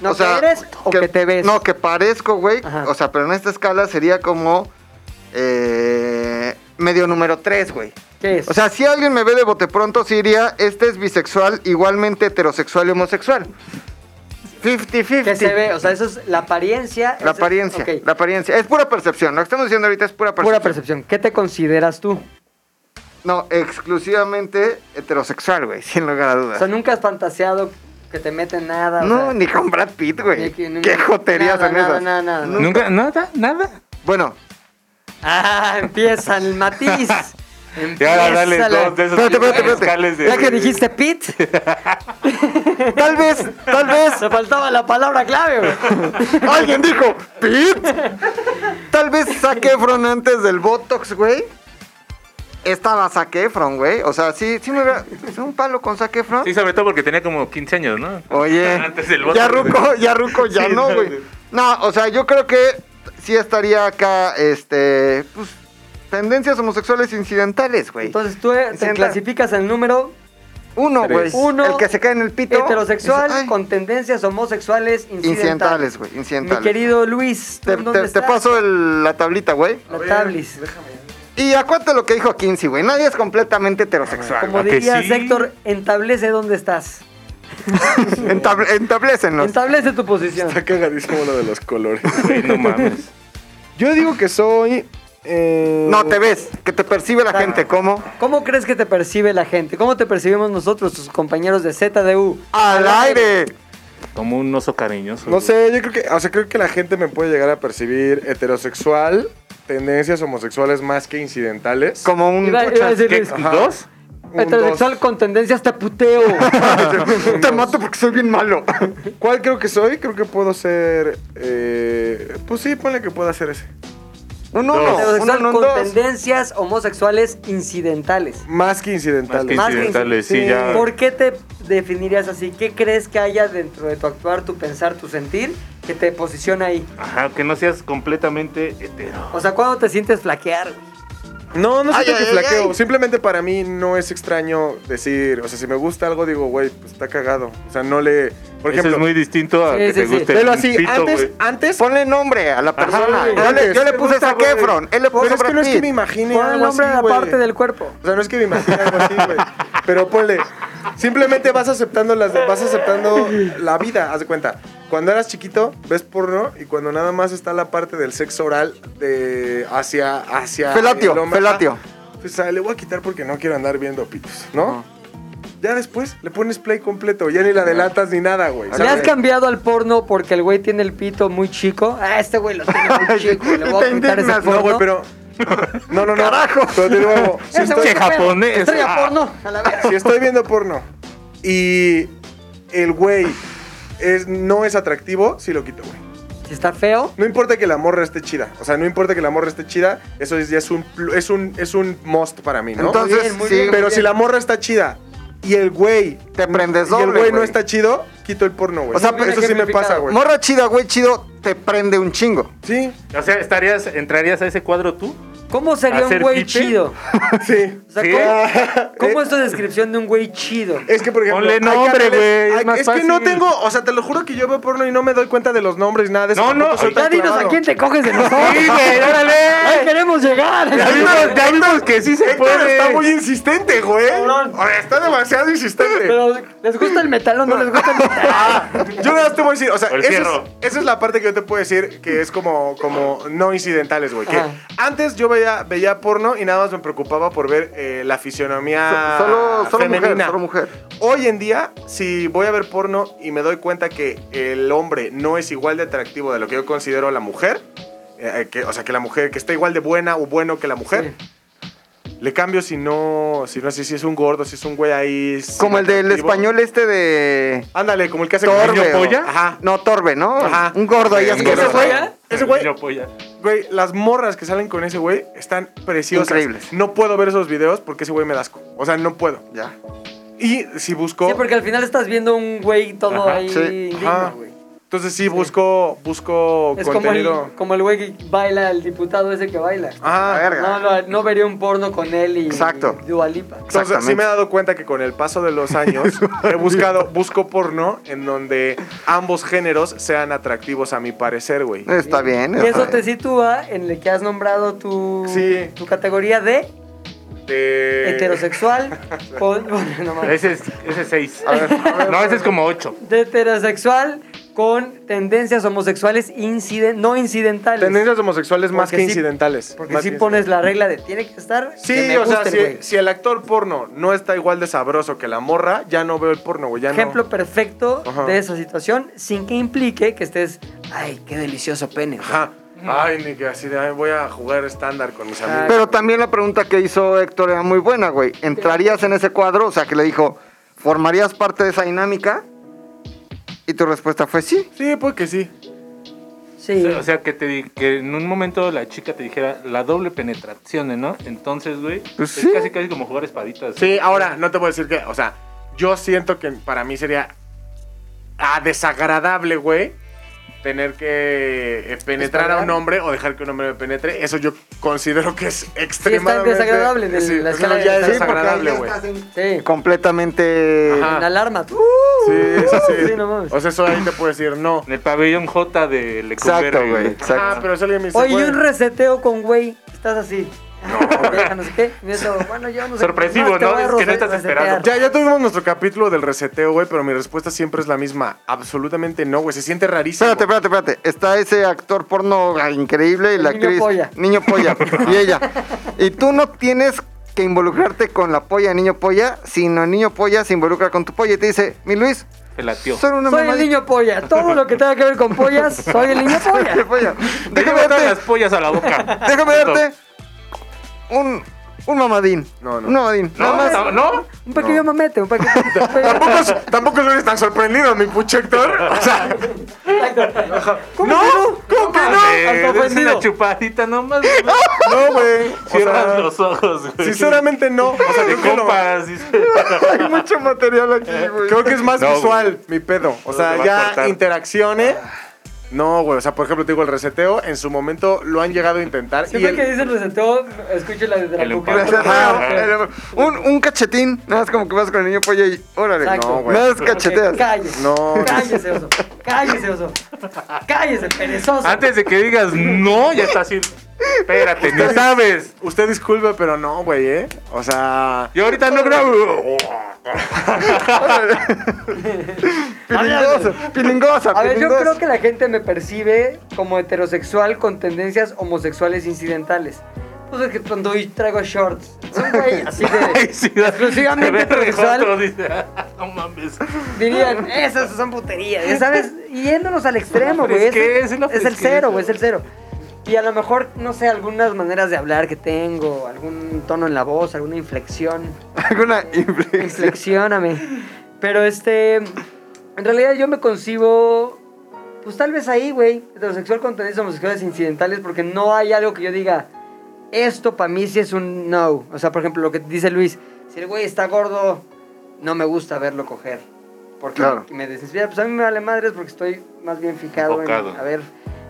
¿No
O sea,
que eres o que, te ves?
No, que parezco, güey.
Ajá.
O sea, pero en esta escala sería como eh, medio número 3, güey.
¿Qué es?
O sea, si alguien me ve de bote pronto, sí diría, este es bisexual, igualmente heterosexual y homosexual. 50-50.
¿qué se ve? O sea, eso es la apariencia.
La
es-
apariencia,
ok,
la apariencia. Es pura percepción. Lo que estamos diciendo ahorita es pura percepción.
Pura percepción. ¿Qué te consideras tú?
No, exclusivamente heterosexual, güey, sin lugar a
O
dudas.
sea, nunca has fantaseado que te meten nada. o
no,
sea,
ni con Brad Pitt,
ni
güey.
que- ni-
Qué joterías
nada,
son
nada,
esas.
Nada, nada, nada.
¿Nunca? ¿Nada? ¿Nada?
Bueno,
Ah, empieza el matiz.
Y ahora
Empieza
dale
la-
dos de esos
Espérate, espérate, espérate.
escales de...
Ya que dijiste Pit,
tal vez, tal vez
se faltaba la palabra clave, güey.
Alguien dijo, Pit. Tal vez Zac Efron antes del Botox, güey. Estaba Zac Efron, güey. O sea, sí, sí me hubiera... ¿sí un palo con Zac Efron?
Sí, sobre todo porque tenía como 15 años, ¿no?
Oye,
Antes del voto.
ya ruco, ya ruco, ya
Sí,
no,
no,
güey.
güey.
No, o sea, yo creo que sí estaría acá, este... Pues, tendencias homosexuales incidentales, güey.
Entonces tú eh, te
Sienta-
clasificas el número
Uno, güey.
Tres.
Uno.
El que se cae en el pito.
heterosexual
Dice, "Ay,
con tendencias homosexuales incidentales.
Incidentales, güey,
Mi
incidentales.
querido Luis, ¿tú
Te,
en dónde
te- te
estás?
paso el- la tablita, güey.
la tablis.
Y acuérdate lo que dijo Kinsey, güey. Nadie es completamente heterosexual.
Como
¿a que
diría
sí?
Héctor, entablece dónde estás.
Entable, entablécenos.
Establece tu posición.
Está cagadísimo lo de los colores.
Güey, no mames.
Yo digo que soy. eh,
No, te ves, que te percibe la gente como
¿Cómo crees que te percibe la gente? ¿Cómo te percibimos nosotros, tus compañeros de ZDU?
al aire.
Como un oso cariñoso.
No sé, yo creo que. O sea, creo que la gente me puede llegar a percibir heterosexual, tendencias homosexuales más que incidentales.
Como un
Iba, iba a
pucha.
decirles,
Ajá.
¿Dos?
Un
heterosexual
dos.
con tendencias te puteo.
Te mato porque soy bien malo.
¿Cuál creo que soy? Creo que puedo ser. eh, pues sí, ponle que pueda ser ese.
Un uno, un
heterosexual
uno, un
con
dos.
tendencias homosexuales incidentales.
Más que
Más que
incidentales.
Más que
incidentales, sí,
incidentales.
ya.
¿Por qué te definirías así? ¿Qué crees que haya dentro de tu actuar, tu pensar, tu sentir que te posiciona ahí?
Ajá, que no seas completamente hetero.
O sea, ¿cuándo te sientes flaquear? güey?
No, no
Ay,
siento que
ay, ay,
flaqueo.
ay.
Simplemente para mí no es extraño decir. O sea, si me gusta algo, digo, güey, pues está cagado. O sea, no le. Por
Eso
ejemplo.
es muy distinto a
Sí,
que
sí,
te
sí.
guste
Velo
el
así,
pito,
antes,
güey.
antes
Ponle nombre a la persona.
güey.
yo, le, yo le
Me
puse
gusta,
Zac
güey.
Efron. Él le
Pero
puso
es que no
Brad
es que me
Pitt.
imagine
Pon el
algo
nombre
así,
a la
güey.
parte del cuerpo.
O sea, no es que me imagine algo así, güey. Pero ponle, simplemente vas aceptando las vas aceptando la vida, haz de cuenta. Cuando eras chiquito, ves porno y cuando nada más está la parte del sexo oral de hacia hacia
Felatio,
el hombre,
felatio.
ah, Pues ah, le voy a quitar porque no quiero andar viendo pitos, ¿no? Ya después le pones play completo, ya ni la delatas ni nada, güey.
¿Le has
¿sabes?
cambiado al porno porque el güey tiene el pito muy chico? Ah, este güey lo tiene muy chico. Le voy a
Te
quitar ese
indignas,
porno.
No, güey, pero no, no, no.
Carajo.
Pero de nuevo, si
Ese
estoy-
güey
Che,
qué pedo,
japonés.
Estrella
Ah.
porno, a la vez.
si estoy viendo porno y el güey es, no es atractivo, sí lo quito, güey.
Si está feo,
No importa que la morra esté chida. O sea, no importa que la morra esté chida, eso es, ya es un, plu- es un, es un must para mí, ¿no?
Entonces,
Muy bien, muy
sí,
bien,
Pero si la morra está chida y el güey...
Te prendes
Y el
doble,
güey no
güey.
está chido, quito el porno, güey.
O sea,
eso sí me pasa, güey.
morra chida, güey chido, te prende un chingo.
Sí,
O sea, estarías, ¿entrarías a ese cuadro tú?
¿cómo sería un
¿Hacer
güey
pipe?
chido?
sí.
O sea, ¿cómo, cómo es tu descripción de un güey chido?
Es que, por ejemplo,
Ponle
hay
nombre,
canales-
güey, es
hay-
más
Es que no
fácil.
tengo, o sea, te lo juro que yo veo porno y no me doy cuenta de los nombres, nada de eso.
No, no,
tampoco soy
Ya
tan
dinos
clavado.
a quién te coges de nosotros.
Sí, güey, órale.
Ahí queremos llegar.
Ya vimos, ya vimos que sí se
Héctor
puede.
está muy insistente, güey.
Cabrón.
O sea, Está demasiado insistente.
Pero, ¿les gusta el metal o no les gusta el metal?
Yo nada más te voy a decir, o sea,
O el
esa es,
fierro.
esa es la parte que yo te puedo decir que es como, como no incidentales, güey. Que
Ajá.
antes yo veía, veía porno y nada más me preocupaba por ver eh, la fisionomía
Solo, solo
femenina.
mujer, solo mujer.
Hoy en día, si voy a ver porno y me doy cuenta que el hombre no es igual de atractivo de lo que yo considero la mujer, eh, que, o sea, que la mujer, que está igual de buena o bueno que la mujer, le cambio si no, si no sé si es un gordo, si es un güey ahí. si
Como el del
atractivo.
español este de...
Ándale, como el que hace con
Torbe.
niño
o-
polla. Ajá.
No, Torbe, ¿no?
Ajá.
Un gordo ahí
Es que ese
asqueroso.
güey, ese
Ese
güey,
güey.
güey, las morras que salen con ese güey están preciosas.
Increíbles.
No puedo ver esos videos porque ese güey me da asco. O sea, no puedo.
Ya.
Y si busco...
Sí, porque al final estás viendo un güey todo
Ajá,
ahí
sí.
indigno,
Ajá.
güey.
Entonces sí, busco, busco
Es como el,
contenido.
como el güey que baila, el diputado ese que baila.
Ah,
A ver.
No, no, no vería un porno con él y,
Exacto.
y Dua Lipa.
Entonces sí
Exactamente.
me he dado cuenta que con el paso de los años he buscado, busco porno en donde ambos géneros sean atractivos a mi parecer, güey.
Está bien.
Y
está
eso te
bien.
sitúa en el que has nombrado tu,
Sí.
tu categoría de
De-
heterosexual. con, bueno, no mames.
Ese es, ese es seis. no, ese es como ocho.
de heterosexual con tendencias homosexuales inciden- no incidentales.
Tendencias homosexuales más
Porque
que
sí-
incidentales.
porque
Más
si
que
pones la regla de tiene que estar. que
Sí,
me
o sea,
gusten,
si,
güey.
si el actor porno no está igual de sabroso que la morra, ya no veo el porno, güey. ya no.
Ejemplo perfecto
Ajá.
de esa situación sin que implique que estés. Ay, qué delicioso pene. güey".
Ah.
Ajá. Ay, ni que así de, ay, voy a jugar estándar con mis amigos.
Pero también la pregunta que hizo Héctor era muy buena, güey. ¿Entrarías en ese cuadro? O sea, que le dijo, ¿formarías parte de esa dinámica? Y tu respuesta fue sí.
Sí, pues que sí.
Sí.
O sea, que, te, di- que en un momento la chica te dijera la doble penetración, ¿no? Entonces, güey,
Pues
es
sí.
casi casi como jugar espaditas.
Sí, ahora, no te puedo decir que, o sea, yo siento que para mí sería ah, desagradable, güey, tener que eh, penetrar a un
Desagradable.
hombre o dejar que un hombre me penetre. Eso yo considero que es
Sí, está
extremadamente...
desagradable en el-
Sí,
la
o sea,
escala de-
ya
sí,
es
porque ahí
desagradable,
ya
güey.
estás en- Sí.
Completamente...
Ajá.
En alarma. tú.
Ah. Sí, sí, sí.
Uh, Sí, no mames.
O sea, eso ahí te puedo decir no.
En el pabellón J de Lecumberri.
Exacto, güey.
Ah,
Exacto.
pero si alguien me dice,
Oye, y
güey,
un reseteo con güey. Estás así. No, no sé qué. y eso, bueno, yo no sé.
Sorpresivo,
te
¿no?
voy a
Es que no
rose-
estás
resetear.
esperando.
Ya, ya tuvimos nuestro capítulo del reseteo, güey, pero mi respuesta siempre es la misma. Absolutamente no, güey. Se siente rarísimo.
Espérate, espérate, espérate. Está ese actor porno increíble y
El
la
niño
actriz.
polla.
Niño polla. y ella. Y tú no tienes que involucrarte con la polla de niño polla, sino el niño polla se involucra con tu polla y te dice, mi Luis,
Se latió.
soy una
Soy
mamá
el
de-
niño polla. Todo lo que tenga que ver con pollas, soy el niño polla.
de polla.
Te
Déjame
llevo todas las
darte,
pollas a la boca.
déjame darte un, un mamadín.
No, no.
Un mamadín.
No, no, no.
Un pequeño mamete, un pequeño.
Tampoco, es- tampoco eres tan sorprendido, mi pucho Héctor. O sea,
¿Cómo no?
¿cómo que no?
Hasta
Es
ofendido.
Eh, una chupadita nomás. güey.
No, güey.
Cierras
O sea,
los ojos, güey. Ah,
Sinceramente no. O sea,
de
creo que, lo-
compas. dice.
Hay mucho material aquí, güey.
creo que es más
No,
visual mi pedo. O sea,
te va a
ya
cortar.
interacciones. No, güey. O sea, por ejemplo, te digo, el reseteo en su momento lo han llegado a intentar. y
Siempre
el-
que dicen reseteo, escucho la de
El
Dracuca.
empate.
Un, un cachetín, nada más como que vas con el niño polla y órale,
Exacto.
no, güey. Nada más cacheteas.
Cállese.
No, no.
Cállese, oso. Cállese, oso. Cállese, perezoso.
Antes de que digas no, ya está así. Espérate, ni sabes.
Usted disculpe, pero no, güey, ¿eh? O sea.
Yo ahorita no grabo.
Pilingosa, pilingosa,
A ver, yo
pilingosa.
creo que la gente me percibe como heterosexual con tendencias homosexuales incidentales. Pues es que cuando hoy traigo shorts, es un güey así de. exclusivamente heterosexual.
"Ah, No mames.
Dirían, esas son puterías, ya sabes, yéndonos al extremo,
Es
güey. Es,
que es una
es el
fresqueza.
cero, güey, es el cero. Y a lo mejor, no sé, algunas maneras de hablar que tengo, algún tono en la voz, alguna inflexión.
Alguna inflexión.
Inflexióname. Pero este. En realidad yo me concibo. Pues tal vez ahí, güey. Heterosexual con tendencias homosexuales incidentales. Porque no hay algo que yo diga. Esto para mí sí es un no. O sea, por ejemplo, lo que dice Luis. Si el güey está gordo, no me gusta verlo coger. Porque
Claro.
me desinspira. Pues a mí me vale madres porque estoy más bien fijado en.
Enfocado.
A ver.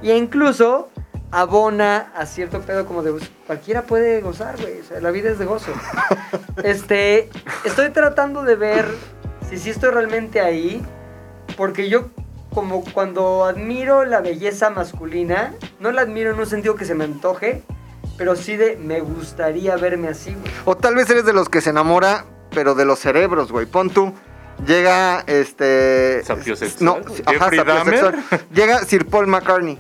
Y incluso. abona a cierto pedo como de pues, cualquiera puede gozar, güey. O sea, la vida es de gozo. este, estoy tratando de ver si sí estoy realmente ahí, porque yo como cuando admiro la belleza masculina, no la admiro en un sentido que se me antoje, pero sí de me gustaría verme así, güey.
O tal vez eres de los que se enamora, pero de los cerebros, güey. Pon tú. Llega este.
Sapiosexual,
No,
güey.
ajá,
Jeffrey
sapiosexual. Llega Sir Paul McCartney.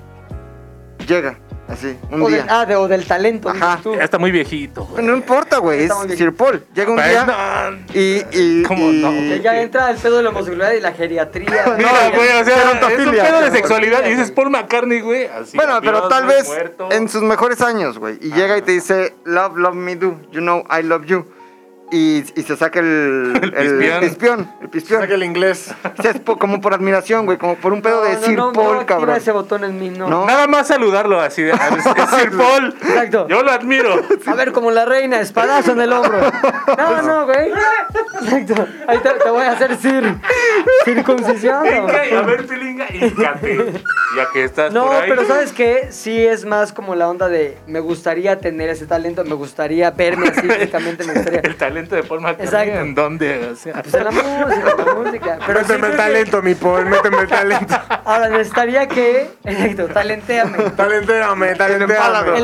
Llega, así, un
O
día.
del, ah, de- o del talento. dices tú.
Ya está muy viejito, güey.
No importa, güey, es
Estamos bien.
Sir Paul. Llega un
Pues
día
no,
y... y
¿Cómo
y-
no?
Que ya entra el pedo de la homosexualidad y la geriatría. güey.
Mira, güey, o sea, es un
gerontofilia,
pedo de
cabrón.
sexualidad y dices Paul McCartney, güey. así,
Bueno,
adiós,
pero tal
güey,
vez
muerto.
en sus mejores años, güey. Y llega y te dice, love, love me do. You know, I love you. Y, y se saca el, el,
pispión.
pispión. El pispión.
Saca el inglés.
O sea, es po- como por admiración, güey. Como por un pedo de
No,
Sir
no, no,
Paul,
activa
cabrón.
ese botón en mí, no.
No.
Nada más saludarlo así de. "Ah, Es, es Sir Paul.
Exacto.
Yo lo admiro.
A ver, como la reina, espadazo en el hombro. No, no, güey. Exacto. Ahí te, te voy a hacer cir, circuncisión.
Venga, y a ver, pilinga, híncate. Ya que estás
No,
por ahí.
pero ¿sabes qué? Sí es más como la onda de me gustaría tener ese talento, me gustaría verme así físicamente, me gustaría...
El talento de Paul McCartney.
Exacto.
¿En dónde? O sea,
Pues en la música, en la música. Pero sí
Méteme
creo
el
que-
talento, mi Paul, méteme el talento.
Ahora, necesitaría que... Exacto, talenteame.
Talenteame,
El
talenteame.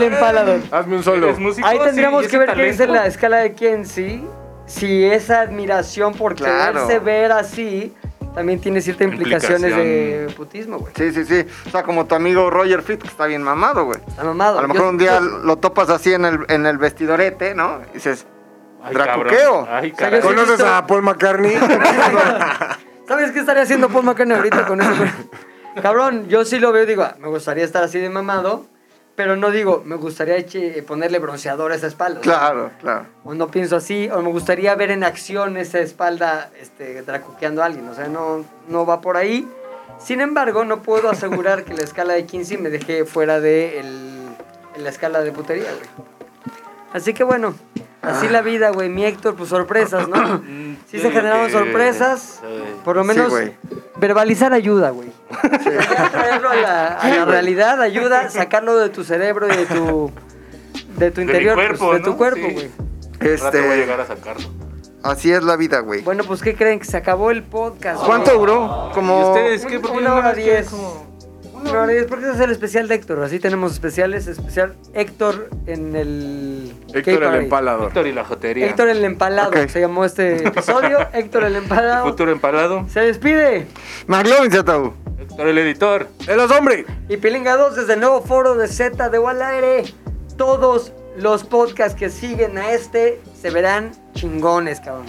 empalador.
Hazme un solo.
¿eres músico?
Ahí tendríamos
Sí,
que
¿y ese
ver qué dice
talento?
la escala de quién sí. Si esa admiración por
Claro.
quererse ver así también tiene ciertas implicaciones de putismo, güey.
Sí, sí, sí. O sea, como tu amigo Roger Fit, que está bien mamado, güey.
Está mamado.
A lo mejor
Yo-
un día
yo-
lo topas así en el, en el vestidorete, ¿no? Y dices,
Ay,
Dracuqueo.
cabrón. Ay,
sea,
caray.
yo sí-
¿Conoces a Paul McCartney?
¿Sabes qué estaría haciendo Paul McCartney ahorita con eso? güey? Cabrón, yo sí lo veo y digo, ah, me gustaría estar así de mamado, pero no digo, me gustaría eche- ponerle bronceador a esa espalda.
claro, claro.
O no pienso así, o me gustaría ver en acción esa espalda este, dracuqueando a alguien. O sea, no, no va por ahí. Sin embargo, no puedo asegurar que la escala de 15 me dejé fuera de el- la escala de putería, güey. Así que bueno, así la vida, güey. Mi Héctor, pues sorpresas, ¿no? Sí se generaron sorpresas. Por lo
Sí,
menos
güey.
verbalizar ayuda, güey. Ya traerlo a la, a la realidad ayuda, sacarlo de tu cerebro y de tu, de tu
mi
interior, pues,
cuerpo,
de tu
¿no?
cuerpo,
Sí.
güey.
Este... voy a
Este,
llegar a sacarlo.
así es la vida, güey.
Bueno, pues, ¿qué creen? Que se acabó el podcast. güey.
¿Cuánto duró?
¿Y
Como...
ustedes qué? ¿Por qué
Una
no
hora
más quieren
diez. Una hora y diez, porque ese es el especial de Héctor. Así tenemos especiales. Especial Héctor en el.
Héctor el
K-Parade.
empalador.
Héctor y la jotería.
Héctor el empalado.
Ok.
Se llamó este episodio. Héctor el empalado.
Futuro empalado.
Se despide.
Maglón Zataú.
Héctor el editor.
¡El hombre!
Y Pilinga 2 desde el nuevo foro de Z de al aire. Todos los podcasts que siguen a este se verán chingones, cabrón.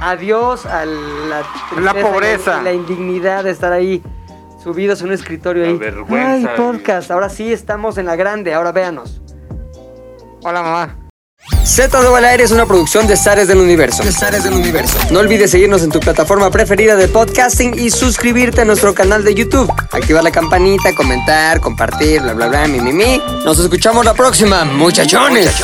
Adiós a la, tristeza y
pobreza.
Y la indignidad de estar ahí subidos en un escritorio
La
ahí.
vergüenza
Ay,
y-
podcast. Ahora sí estamos en la grande. Ahora véanos.
Hola, mamá.
Z de al aire es una producción de Zares del Universo.
Pesares del universo.
No olvides seguirnos en tu plataforma preferida de podcasting y suscribirte a nuestro canal de YouTube. Activar la campanita, comentar, compartir, bla, bla, bla, mi, mi, mi. Nos escuchamos la próxima, muchachones.